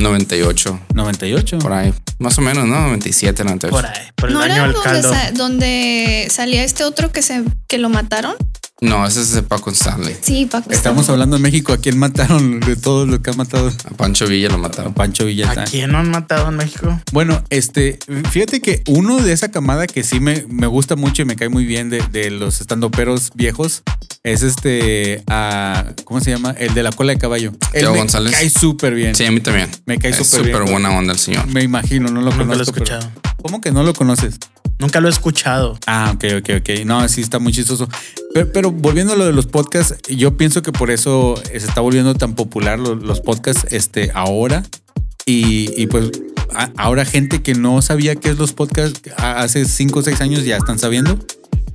Speaker 5: 98.
Speaker 3: 98.
Speaker 5: Por ahí. Más o menos, ¿no? 97, 98.
Speaker 4: Por ahí. Por el
Speaker 6: ¿No
Speaker 4: año
Speaker 6: era
Speaker 4: del
Speaker 6: donde,
Speaker 4: caldo.
Speaker 6: sa- donde salía este otro que se que lo mataron?
Speaker 5: No, ese es de Paco Stanley.
Speaker 6: Sí, Paco.
Speaker 3: Estamos hablando de México. ¿A quién mataron de todo lo que han matado?
Speaker 5: A Pancho Villa lo
Speaker 3: A
Speaker 5: mataron.
Speaker 3: Pancho Villa.
Speaker 4: ¿A quién no han matado en México?
Speaker 3: Bueno, este, fíjate que uno de esa camada que sí me, me gusta mucho y me cae muy bien de, de los estandoperos viejos es este, ah, ¿cómo se llama? El de la cola de caballo. Él
Speaker 5: Teo
Speaker 3: me
Speaker 5: González.
Speaker 3: cae súper bien.
Speaker 5: Sí, a mí también.
Speaker 3: Me cae
Speaker 5: Es
Speaker 3: súper bien.
Speaker 5: súper buena onda el señor.
Speaker 3: Me imagino, no lo
Speaker 4: Nunca
Speaker 3: conozco.
Speaker 4: lo he
Speaker 3: pero-
Speaker 4: escuchado.
Speaker 3: ¿Cómo que no lo conoces?
Speaker 4: Nunca lo he escuchado.
Speaker 3: Ah, ok, ok, ok. No, sí está muy chistoso. Pero, pero volviendo a lo de los podcasts, yo pienso que por eso se está volviendo tan popular lo- los, podcasts este, ahora. Y, y pues a- ahora gente que no sabía qué es los podcasts a- hace 5 o 6 años ya están sabiendo.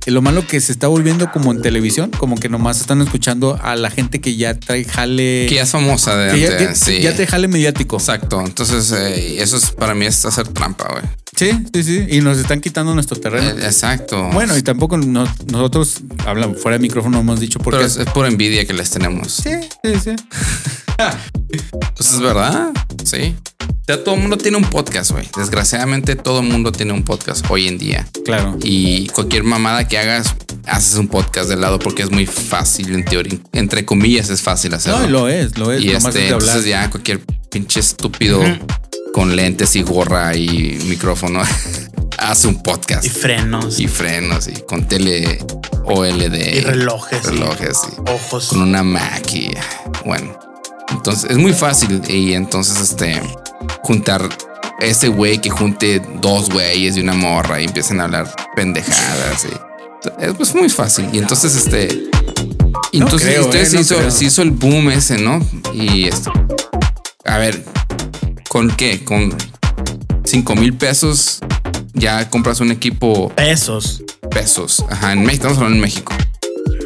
Speaker 3: Y lo malo que se está volviendo como en televisión, como que nomás están escuchando a la gente que ya trae jale.
Speaker 5: Que ya es famosa de
Speaker 3: que ya,
Speaker 5: antes,
Speaker 3: ya-
Speaker 5: sí.
Speaker 3: ya trae jale mediático.
Speaker 5: Exacto. Entonces, eh, eso es, para mí es hacer trampa, güey.
Speaker 3: Sí, sí, sí. Y nos están quitando nuestro terreno.
Speaker 5: Eh, Exacto.
Speaker 3: bueno, y tampoco no- nosotros, hablamos fuera de micrófono, hemos dicho porque
Speaker 5: Pero es, es pura envidia que les tenemos.
Speaker 3: Sí, sí, sí.
Speaker 5: Pues es verdad. Sí. Ya todo el mundo tiene un podcast, güey. Desgraciadamente, todo el mundo tiene un podcast hoy en día.
Speaker 3: Claro.
Speaker 5: Y cualquier mamada que hagas, haces un podcast de lado porque es muy fácil, en teoría. Entre comillas, es fácil hacerlo.
Speaker 3: No, lo es, lo es.
Speaker 5: y
Speaker 3: nomás
Speaker 5: este,
Speaker 3: es de hablar.
Speaker 5: entonces ya cualquier pinche estúpido con lentes y gorra y micrófono (laughs) hace un podcast.
Speaker 4: Y frenos.
Speaker 5: y frenos y con tele OLD.
Speaker 4: Y relojes.
Speaker 5: Relojes y
Speaker 4: Ojos.
Speaker 5: Pues con una Mac y bueno. Entonces es muy fácil y entonces este juntar ese güey que junte dos güeyes de una morra y empiecen a hablar pendejadas y es pues muy fácil y entonces este y
Speaker 3: No
Speaker 5: entonces,
Speaker 3: creo,
Speaker 5: entonces
Speaker 3: eh,
Speaker 5: se,
Speaker 3: no
Speaker 5: hizo,
Speaker 3: creo.
Speaker 5: se hizo el boom ese, ¿no? Y este, a ver, ¿con qué? Con cinco mil pesos ya compras un equipo
Speaker 4: Pesos.
Speaker 5: pesos. Ajá, en México, estamos hablando en México.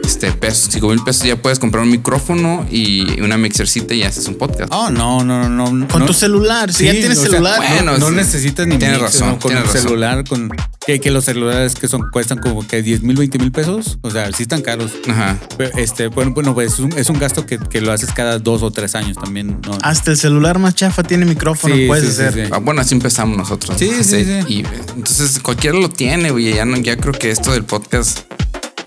Speaker 5: Este, pesos, 5 mil pesos ya puedes comprar un micrófono y una mixercita y haces un podcast.
Speaker 3: Oh, no, no, no, no.
Speaker 4: Con
Speaker 3: no.
Speaker 4: tu celular. Si ya
Speaker 3: Sí,
Speaker 4: tienes
Speaker 3: o sea,
Speaker 4: celular.
Speaker 5: bueno,
Speaker 3: no, no
Speaker 5: sí.
Speaker 3: necesitas ni
Speaker 5: Tienes
Speaker 3: mixer,
Speaker 5: razón,
Speaker 3: ¿no? Con
Speaker 5: tienes
Speaker 3: un
Speaker 5: razón.
Speaker 3: celular, con Que, que los celulares que son cuestan como que 10 mil, 20 mil pesos. O sea, sí están caros.
Speaker 5: Ajá.
Speaker 3: Pero, Este, bueno, bueno, pues es un, es un gasto que, que lo haces cada dos o tres años también. ¿no?
Speaker 4: Hasta el celular más chafa tiene micrófono,
Speaker 3: Sí,
Speaker 4: puedes
Speaker 3: sí, sí,
Speaker 4: hacer.
Speaker 3: sí.
Speaker 5: Ah, Bueno, así empezamos nosotros.
Speaker 3: Sí, sí,
Speaker 5: Así,
Speaker 3: sí.
Speaker 5: Y eh, entonces cualquiera lo tiene, güey. Ya, no, ya creo que esto del podcast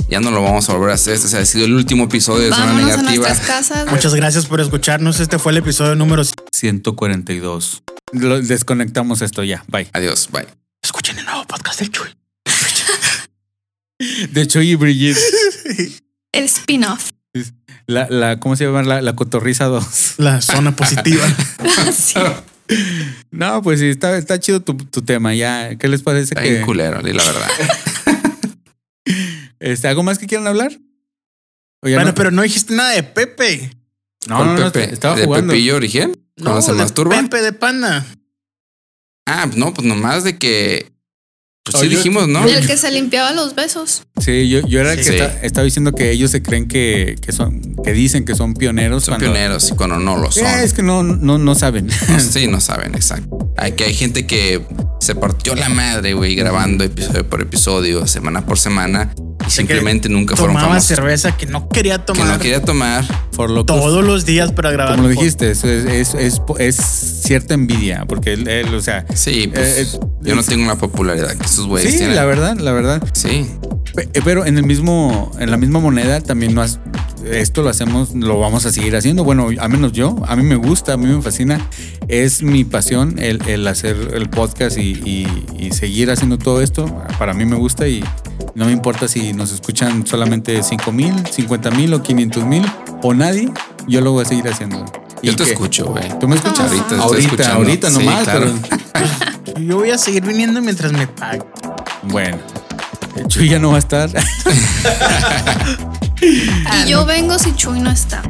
Speaker 5: ya no lo vamos a volver a hacer. Este ha sido el último episodio de Zona
Speaker 6: Vámonos a
Speaker 5: Negativa.
Speaker 6: nuestras casas.
Speaker 4: Muchas gracias por escucharnos. Este fue el episodio número
Speaker 3: 142. Lo- desconectamos esto ya. Bye.
Speaker 5: Adiós, bye.
Speaker 4: Escuchen el nuevo podcast del Chuy.
Speaker 3: De hecho, y Brigitte,
Speaker 5: (laughs)
Speaker 6: El spin-off.
Speaker 3: la, la, ¿cómo se llama? La, la cotorriza 2.
Speaker 4: La zona positiva.
Speaker 6: Sí.
Speaker 3: (laughs) No, pues sí, está, está chido tu, tu tema. Ya, ¿qué les parece?
Speaker 5: Está bien
Speaker 3: Que,
Speaker 5: culero, di la verdad.
Speaker 3: este, ¿Algo más que quieran hablar? O (laughs) ya
Speaker 4: bueno,
Speaker 3: no?
Speaker 4: pero no dijiste nada de Pepe.
Speaker 3: (laughs) no,
Speaker 5: Con
Speaker 3: no, no,
Speaker 5: Pepe,
Speaker 3: estaba
Speaker 5: de
Speaker 3: jugando.
Speaker 5: Pepillo Origen. Cuando se
Speaker 4: de
Speaker 5: masturba.
Speaker 4: Pepe de pana.
Speaker 5: Ah, no, pues nomás de que. Pues
Speaker 3: Oh,
Speaker 5: sí
Speaker 3: yo-
Speaker 5: dijimos, ¿no?
Speaker 6: El que se limpiaba los besos.
Speaker 3: Sí, yo, yo era el que
Speaker 5: Sí.
Speaker 3: esta- estaba diciendo que ellos se creen que, que son, que dicen que son pioneros.
Speaker 5: Son
Speaker 3: cuando-
Speaker 5: pioneros y cuando no lo son.
Speaker 3: Eh, es que no, no, no saben. (laughs)
Speaker 5: Pues Sí, no saben, exacto. Hay que hay gente que se partió la madre, güey, grabando episodio por episodio, semana por semana. y simplemente nunca fueron
Speaker 4: Tomaba
Speaker 5: famosos.
Speaker 4: cerveza que no quería
Speaker 5: Que
Speaker 4: tomar
Speaker 5: no quería tomar.
Speaker 3: Por lo
Speaker 4: todos los días para grabar.
Speaker 3: Como lo
Speaker 4: el podcast.
Speaker 3: dijiste, eso es, es, es, es cierta envidia, porque él, él, o sea,
Speaker 5: Sí, pues
Speaker 3: Eh, eh,
Speaker 5: yo no tengo eh. la popularidad que esos güeyes
Speaker 3: sí,
Speaker 5: tienen.
Speaker 3: la verdad, la verdad.
Speaker 5: Sí,
Speaker 3: Pe- eh, Pero en el mismo, en la misma moneda también no has- esto lo hacemos, lo vamos a seguir haciendo. Bueno, a menos yo, a mí me gusta, a mí me fascina, es mi pasión el, el hacer el podcast y, y- y seguir haciendo todo esto. Para mí me gusta y no me importa si nos escuchan solamente 5 mil, 50 mil o 500 mil o nadie, yo lo voy a seguir haciendo.
Speaker 5: yo te
Speaker 3: que-
Speaker 5: escucho, güey.
Speaker 3: ¿Tú me escuchas?
Speaker 5: Ahorita te estoy
Speaker 3: ahorita,
Speaker 5: escuchando.
Speaker 3: ahorita
Speaker 5: Sí,
Speaker 3: nomás.
Speaker 5: claro.
Speaker 3: pero-
Speaker 4: Yo voy a seguir viniendo mientras me pague.
Speaker 3: bueno, Chuy ya no va a estar. (laughs)
Speaker 5: Ah,
Speaker 6: Y yo vengo si Chuy no está.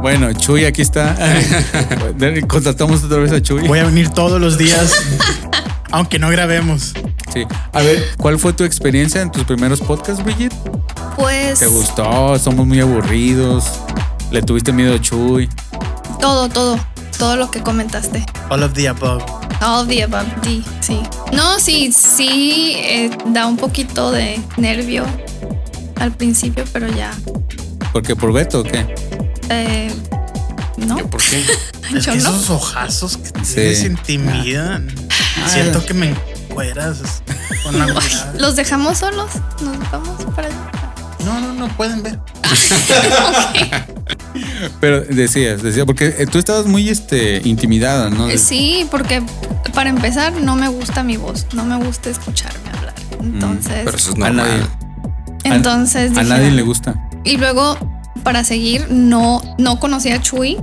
Speaker 3: Bueno, Chuy aquí está. Contratamos otra vez a Chuy.
Speaker 4: Voy a venir todos los
Speaker 5: (laughs)
Speaker 4: días. aunque no grabemos.
Speaker 3: Sí. A ver, ¿cuál fue tu experiencia en tus primeros podcasts, Brigitte?
Speaker 6: Pues
Speaker 3: ¿Te gustó? ¿Somos muy aburridos? ¿Le tuviste miedo a Chuy?
Speaker 6: todo, todo. Todo lo que comentaste.
Speaker 4: All of the above.
Speaker 6: All the above D, sí. No, sí, sí, eh, da un poquito de nervio al principio, pero ya.
Speaker 3: ¿Porque por Beto o qué?
Speaker 6: eh, no,
Speaker 5: ¿Por qué?
Speaker 4: Es
Speaker 6: (laughs) yo
Speaker 4: que
Speaker 6: no.
Speaker 4: esos ojazos que tienes intimidan.
Speaker 5: Ah.
Speaker 4: Siento que me encueras con la mirada.
Speaker 6: (laughs) Los dejamos solos, nos vamos para allá.
Speaker 4: No, no, no pueden ver.
Speaker 3: Pero decías, decías, porque eh, tú estabas muy este, intimidada, ¿no?
Speaker 6: Eh, Sí, porque para empezar no me gusta mi voz, no me gusta escucharme hablar. Entonces,
Speaker 5: Pero eso es
Speaker 3: A nadie,
Speaker 5: normal.
Speaker 6: entonces
Speaker 3: Mm, a
Speaker 6: dije,
Speaker 3: nadie
Speaker 6: "No".
Speaker 3: le gusta.
Speaker 6: Y luego, para seguir, no, no conocía a Chuy.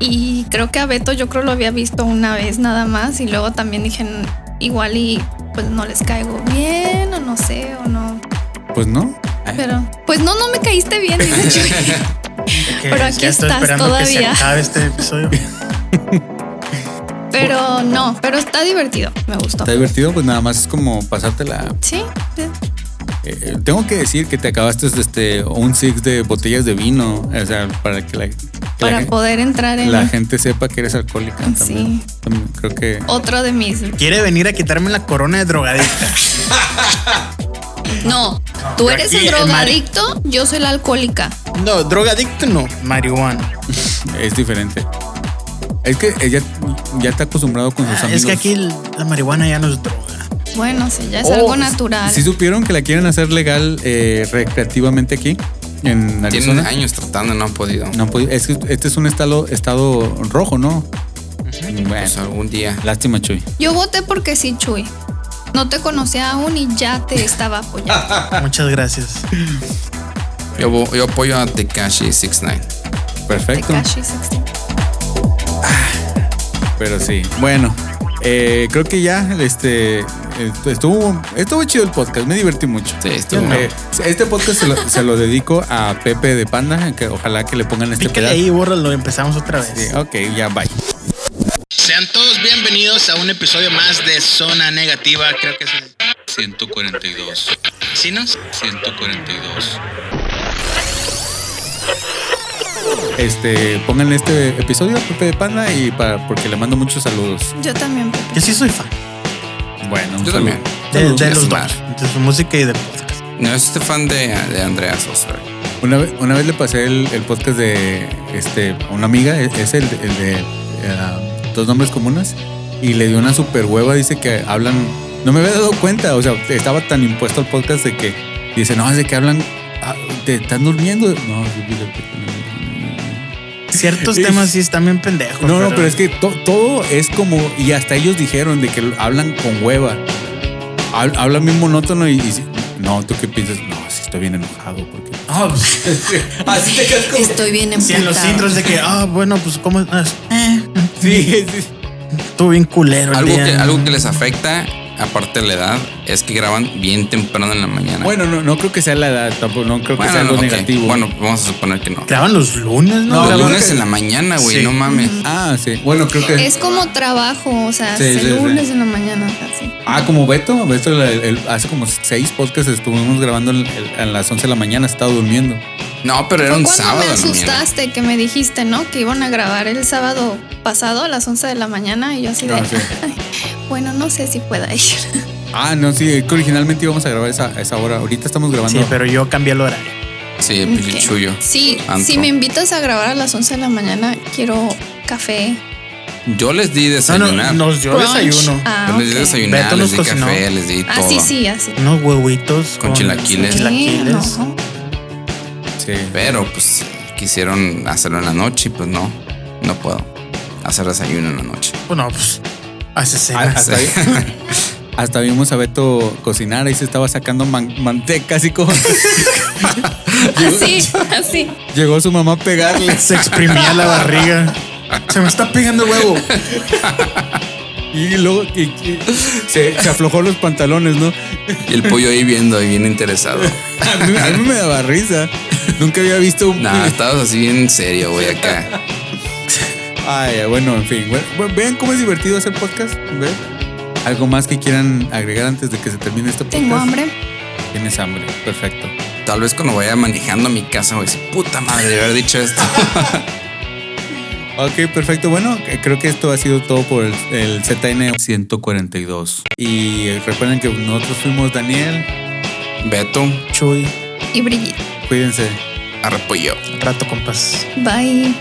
Speaker 6: Y creo que a Beto yo creo lo había visto una vez nada más. Y luego también dije, "N- igual y pues no les caigo bien o no sé o no.
Speaker 3: Pues no.
Speaker 6: Pero pues no, no me caíste bien, dice Chuy.
Speaker 3: (laughs)
Speaker 4: Que
Speaker 6: Pero aquí
Speaker 4: ya estoy
Speaker 6: estás
Speaker 4: esperando que se
Speaker 6: todavía.
Speaker 4: acabe este
Speaker 5: (laughs)
Speaker 4: episodio.
Speaker 6: Pero no, pero está divertido, me gustó.
Speaker 3: Está divertido, pues nada más es como pasártela
Speaker 6: Sí, sí.
Speaker 3: Eh, eh, tengo que decir que te acabaste este, un six de botellas de vino, o sea, para que la, que la
Speaker 6: para
Speaker 3: gen-
Speaker 6: poder entrar en
Speaker 3: la gente sepa que eres alcohólica. También.
Speaker 6: Sí.
Speaker 3: También creo que
Speaker 6: otro de mis...
Speaker 4: Quiere venir a quitarme la corona de drogadicta.
Speaker 6: No, tú
Speaker 4: yo
Speaker 6: eres
Speaker 4: aquí,
Speaker 6: el
Speaker 4: el mari-
Speaker 6: drogadicto, yo soy la alcohólica.
Speaker 4: No, drogadicto no. Marihuana.
Speaker 3: es diferente. Es que ella ya está acostumbrado con sus
Speaker 4: Ah,
Speaker 3: amigos.
Speaker 4: es que aquí la marihuana ya no es droga.
Speaker 6: Bueno, sí, ya es
Speaker 3: Oh,
Speaker 6: algo natural.
Speaker 3: Si supieron que la quieren hacer legal eh, recreativamente aquí, en
Speaker 5: Tienen
Speaker 3: Arizona.
Speaker 5: años tratando y no han podido.
Speaker 3: No, pues, es que este es un estado, estado rojo, ¿no? Bueno,
Speaker 5: Pues algún día.
Speaker 3: lástima, Chuy.
Speaker 6: Yo voté porque sí, Chuy. No te conocía aún y ya te estaba apoyando.
Speaker 4: Muchas
Speaker 5: (laughs)
Speaker 4: gracias.
Speaker 5: Yo, vo- yo apoyo a Tekashi 69.
Speaker 3: Perfecto.
Speaker 6: Tekashi 69.
Speaker 3: Pero sí, bueno, eh, creo que ya este estuvo estuvo chido el podcast, me divertí mucho.
Speaker 5: Sí, estuvo
Speaker 3: Eh, este podcast se lo, se lo dedico a Pepe de Panda, que ojalá que le pongan este
Speaker 4: Pícale
Speaker 3: pedazo.
Speaker 4: ahí, bórralo. Empezamos otra vez.
Speaker 3: Ok, ya bye.
Speaker 4: Sean todos bienvenidos a un episodio más de Zona Negativa. Creo que es el
Speaker 3: 142,
Speaker 4: ¿Sí, no?
Speaker 3: 142. Este, pongan este episodio a Pepe de Panda y para porque le mando muchos saludos.
Speaker 6: Yo también, Pepe.
Speaker 4: Yo sí soy fan.
Speaker 3: Bueno, un
Speaker 5: Yo
Speaker 3: saludo.
Speaker 5: también.
Speaker 4: De,
Speaker 5: No,
Speaker 4: de los
Speaker 5: chingas,
Speaker 4: dos. De su música y del podcast.
Speaker 5: No, es este fan de, de Andrea Sosa.
Speaker 3: Una vez, una vez le pasé el, el podcast de este, a una amiga, e- es el, el de eh, Dos Nombres Comunes, y le dio una super hueva, dice que hablan, no me había dado cuenta, o sea, estaba tan impuesto al podcast de que dice, no, es de que hablan, ah, te están durmiendo. No, sí, sí,
Speaker 4: Ciertos
Speaker 3: Sí.
Speaker 4: temas sí están bien pendejos.
Speaker 3: sí. no, no, pero es que to- todo es como, y hasta ellos dijeron de que hablan con hueva, Hab- hablan bien monótono y, y si- no, tú qué piensas, no, si estoy bien enojado, porque... (laughs)
Speaker 4: Ah, pues,
Speaker 3: Así te quedas como-
Speaker 2: Estoy bien
Speaker 4: sí, en los
Speaker 2: emputado.
Speaker 4: intros de que, ah, bueno, pues, ¿cómo estás? Eh,
Speaker 3: Sí, sí.
Speaker 4: estuvo bien culero. el
Speaker 5: Algo
Speaker 4: día.
Speaker 5: que, algo que les afecta, aparte de la edad, es que graban bien temprano en la mañana.
Speaker 3: Bueno, no, no creo que sea la edad, tampoco, no creo que
Speaker 5: Bueno,
Speaker 3: sea algo
Speaker 5: ok.
Speaker 3: negativo.
Speaker 5: Bueno, vamos a suponer que no.
Speaker 4: Graban los lunes, ¿no?
Speaker 5: Los
Speaker 3: la
Speaker 5: lunes
Speaker 3: verdad que-
Speaker 5: en la mañana, güey,
Speaker 4: Sí.
Speaker 5: no mames.
Speaker 3: Ah, sí. Bueno, creo que.
Speaker 6: Es como trabajo, o sea,
Speaker 3: Sí,
Speaker 6: es
Speaker 3: sí,
Speaker 6: el
Speaker 3: sí.
Speaker 6: lunes en la mañana casi.
Speaker 3: Ah, como Beto. Beto el- el- hace como seis podcasts estuvimos grabando en, el- a las 11 de la mañana, estaba durmiendo.
Speaker 5: No, pero era
Speaker 6: Fue
Speaker 5: un
Speaker 6: cuando
Speaker 5: sábado.
Speaker 6: me
Speaker 5: en la mañana.
Speaker 6: asustaste que me dijiste, ¿no? Que iban a grabar el sábado pasado a las 11 de la mañana y yo así de,
Speaker 3: Ah, sí.
Speaker 6: bueno, no sé si pueda ir. (laughs)
Speaker 3: Ah, no, sí, que originalmente íbamos a grabar esa, a esa hora. Ahorita estamos grabando.
Speaker 4: Sí, pero yo cambié el horario.
Speaker 5: Sí, pues, pinche
Speaker 6: Ok.
Speaker 5: chullo.
Speaker 6: Sí,
Speaker 5: Antro.
Speaker 6: si me invitas a grabar a las 11 de la mañana, quiero café.
Speaker 5: Yo les di
Speaker 4: No, no,
Speaker 5: desayunar.
Speaker 4: nos dio
Speaker 6: brunch.
Speaker 4: desayuno.
Speaker 6: Ah,
Speaker 5: Yo les di
Speaker 6: ok.
Speaker 5: desayunar,
Speaker 4: Beto
Speaker 5: les
Speaker 4: nos
Speaker 5: di
Speaker 4: cocinó.
Speaker 5: café, les di
Speaker 6: Ah,
Speaker 5: todo.
Speaker 6: sí, sí, así.
Speaker 4: Unos huevitos
Speaker 5: Con chilaquiles.
Speaker 6: Sí,
Speaker 4: chilaquiles.
Speaker 6: no.
Speaker 3: Sí.
Speaker 5: Pero pues quisieron hacerlo en la noche y pues no, no puedo hacer desayuno en la noche.
Speaker 4: Bueno, pues, hace
Speaker 3: Ah,
Speaker 4: cena.
Speaker 5: (laughs)
Speaker 3: Hasta, ahí- hasta vimos a Beto cocinar, ahí se estaba sacando man- manteca, así como (laughs)
Speaker 6: Así, así.
Speaker 3: llegó su mamá a pegarle.
Speaker 4: Se exprimía la
Speaker 5: (laughs)
Speaker 4: barriga. Se me está pegando el huevo.
Speaker 3: Y luego y- y- se, se aflojó los pantalones, ¿no?
Speaker 5: Y el pollo ahí viendo, ahí
Speaker 3: (laughs)
Speaker 5: bien interesado.
Speaker 3: A mí, a mí me daba risa. Nunca había visto un.
Speaker 5: Nah, estabas así bien serio, güey, acá.
Speaker 3: Ay, bueno, en fin. Bueno, bueno, vean cómo es divertido hacer podcast. ¿Ve? ¿Algo más que quieran agregar antes de que se termine este podcast?
Speaker 6: Tengo hambre.
Speaker 3: Tienes hambre. Perfecto.
Speaker 5: Tal vez cuando vaya manejando a mi casa, güey, dice, puta madre, de haber
Speaker 3: (laughs)
Speaker 5: dicho esto.
Speaker 3: Ok, perfecto. Bueno, eh, creo que esto ha sido todo por el, el ZN 142. Y eh, recuerden que nosotros fuimos Daniel.
Speaker 5: Beto,
Speaker 4: Chuy,
Speaker 6: Y brillito.
Speaker 3: Cuídense. (laughs)
Speaker 5: arrepollo.
Speaker 4: rato, compas.
Speaker 6: Bye.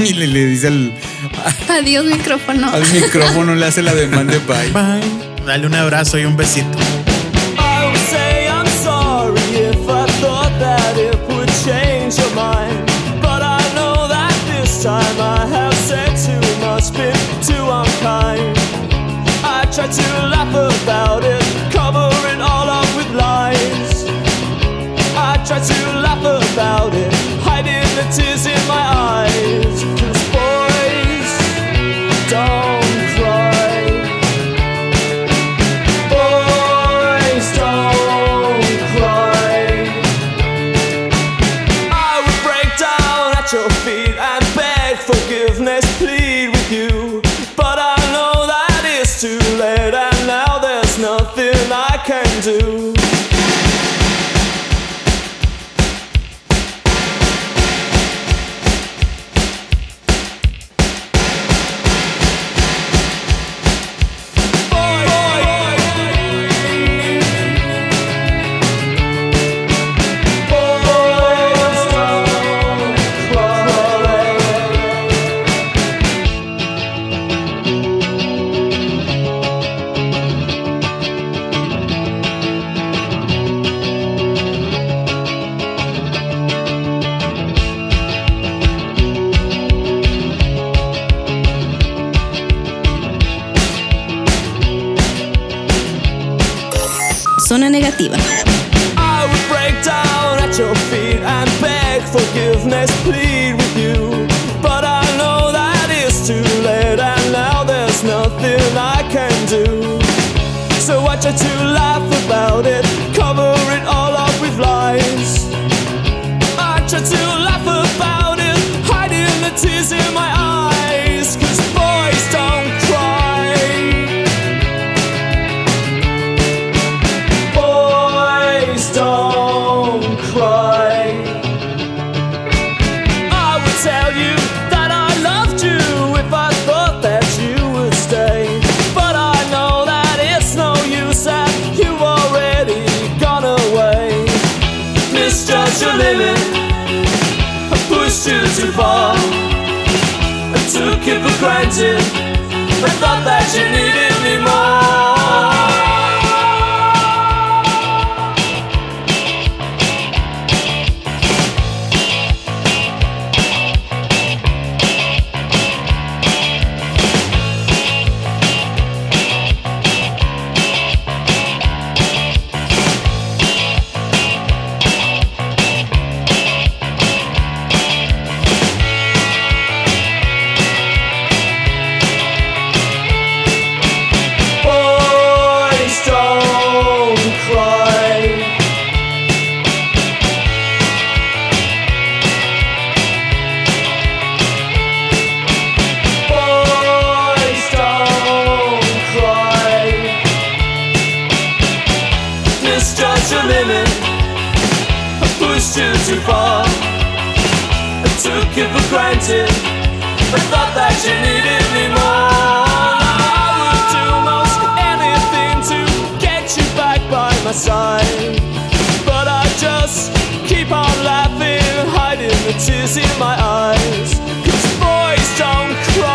Speaker 3: Y le, le dice al,
Speaker 6: Adiós, micrófono.
Speaker 3: al micrófono, le hace la demanda de bye.
Speaker 4: Bye. Dale un abrazo y un besito.
Speaker 9: I would say I'm sorry if I thought that it would change your mind. But I know that this time I have said too much, been too unkind. I tried to laugh about it, cover it all up with lies. I tried to laugh about it, hiding the tears in my eyes. 'Cause boys don't cry. Boys don't cry. I would break down at your feet and beg forgiveness, plead with you. But I know that it's too late, and now there's nothing I can do.
Speaker 2: Zona negativa.
Speaker 9: I would break down at your feet and beg forgiveness, plead with you. But I know that it's too late, and now there's nothing I can do. So I try to laugh about it, cover it all up with lies. I try to laugh about it, hiding the tears in my eyes. Cause boys don't cry. boys don't cry. I would tell you that I loved you if I thought that you would stay. But I know that it's no use and you relented I thought that you needed me more Boys don't cry Boys don't cry. Misjudge your limit. I pushed you too far. I took it for granted. I thought that you needed me more. I would do most anything to get you back by my side. But I just keep on laughing, hiding the tears in my eyes. Cause boys don't cry.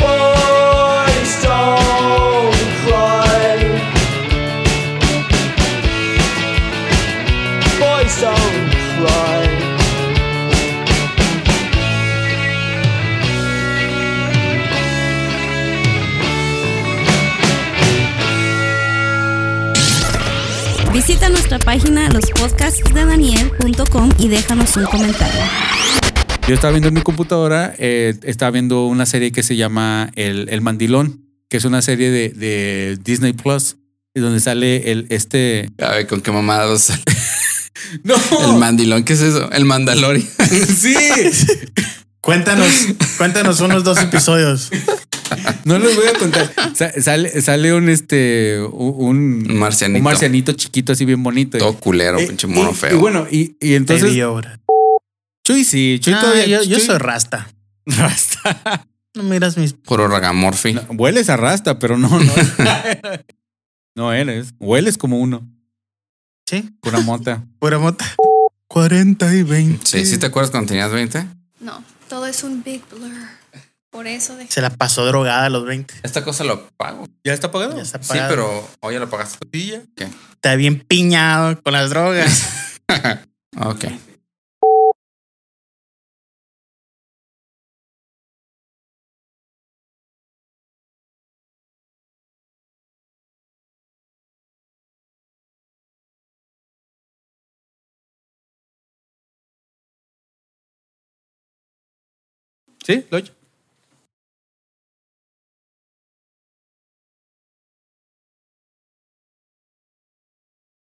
Speaker 9: Boys don't cry. Boys don't cry.
Speaker 2: Visita nuestra página lospodcastsdedaniel.com y déjanos un comentario.
Speaker 3: Yo estaba viendo en mi computadora, eh, estaba viendo una serie que se llama El, El Mandilón, que es una serie de, de Disney Plus, y donde sale el este.
Speaker 5: A ver, ¿con qué mamadas sale?
Speaker 3: ¡No!
Speaker 5: El (laughs) mandilón, ¿qué es eso? El mandalori.
Speaker 3: sí.
Speaker 4: Cuéntanos, cuéntanos unos dos episodios.
Speaker 3: (laughs) No les voy a contar. Sa- sale, sale un este un,
Speaker 5: Un marcianito.
Speaker 3: un marcianito chiquito, así bien bonito.
Speaker 5: Todo culero,
Speaker 3: Eh,
Speaker 5: pinche mono
Speaker 3: y-
Speaker 5: feo.
Speaker 3: Y bueno, y, y entonces.
Speaker 4: Baby Yoda.
Speaker 3: Chuy sí, Chuy
Speaker 4: Ah,
Speaker 3: todavía.
Speaker 4: yo, yo
Speaker 3: Chuy- (laughs)
Speaker 4: soy rasta. No miras mis.
Speaker 5: Puro ragamorfi.
Speaker 3: No, hueles a rasta, pero no, no. no eres. Hueles como uno.
Speaker 4: Sí,
Speaker 3: Pura mota.
Speaker 4: pura mota. 40 y 20.
Speaker 5: Sí,
Speaker 3: Mm.
Speaker 5: ¿sí te acuerdas cuando tenías 20?
Speaker 6: No, todo es un big blur. Por eso dejé.
Speaker 4: Se la pasó drogada a los 20.
Speaker 5: Esta cosa lo pago.
Speaker 3: ¿Ya está pagado?
Speaker 4: Ya está
Speaker 5: Sí,
Speaker 4: pagado.
Speaker 5: pero hoy ya lo pagaste. ¿Qué?
Speaker 4: Está bien piñado con las
Speaker 5: (laughs)
Speaker 4: drogas.
Speaker 5: Ok.
Speaker 3: Sí, lo oye.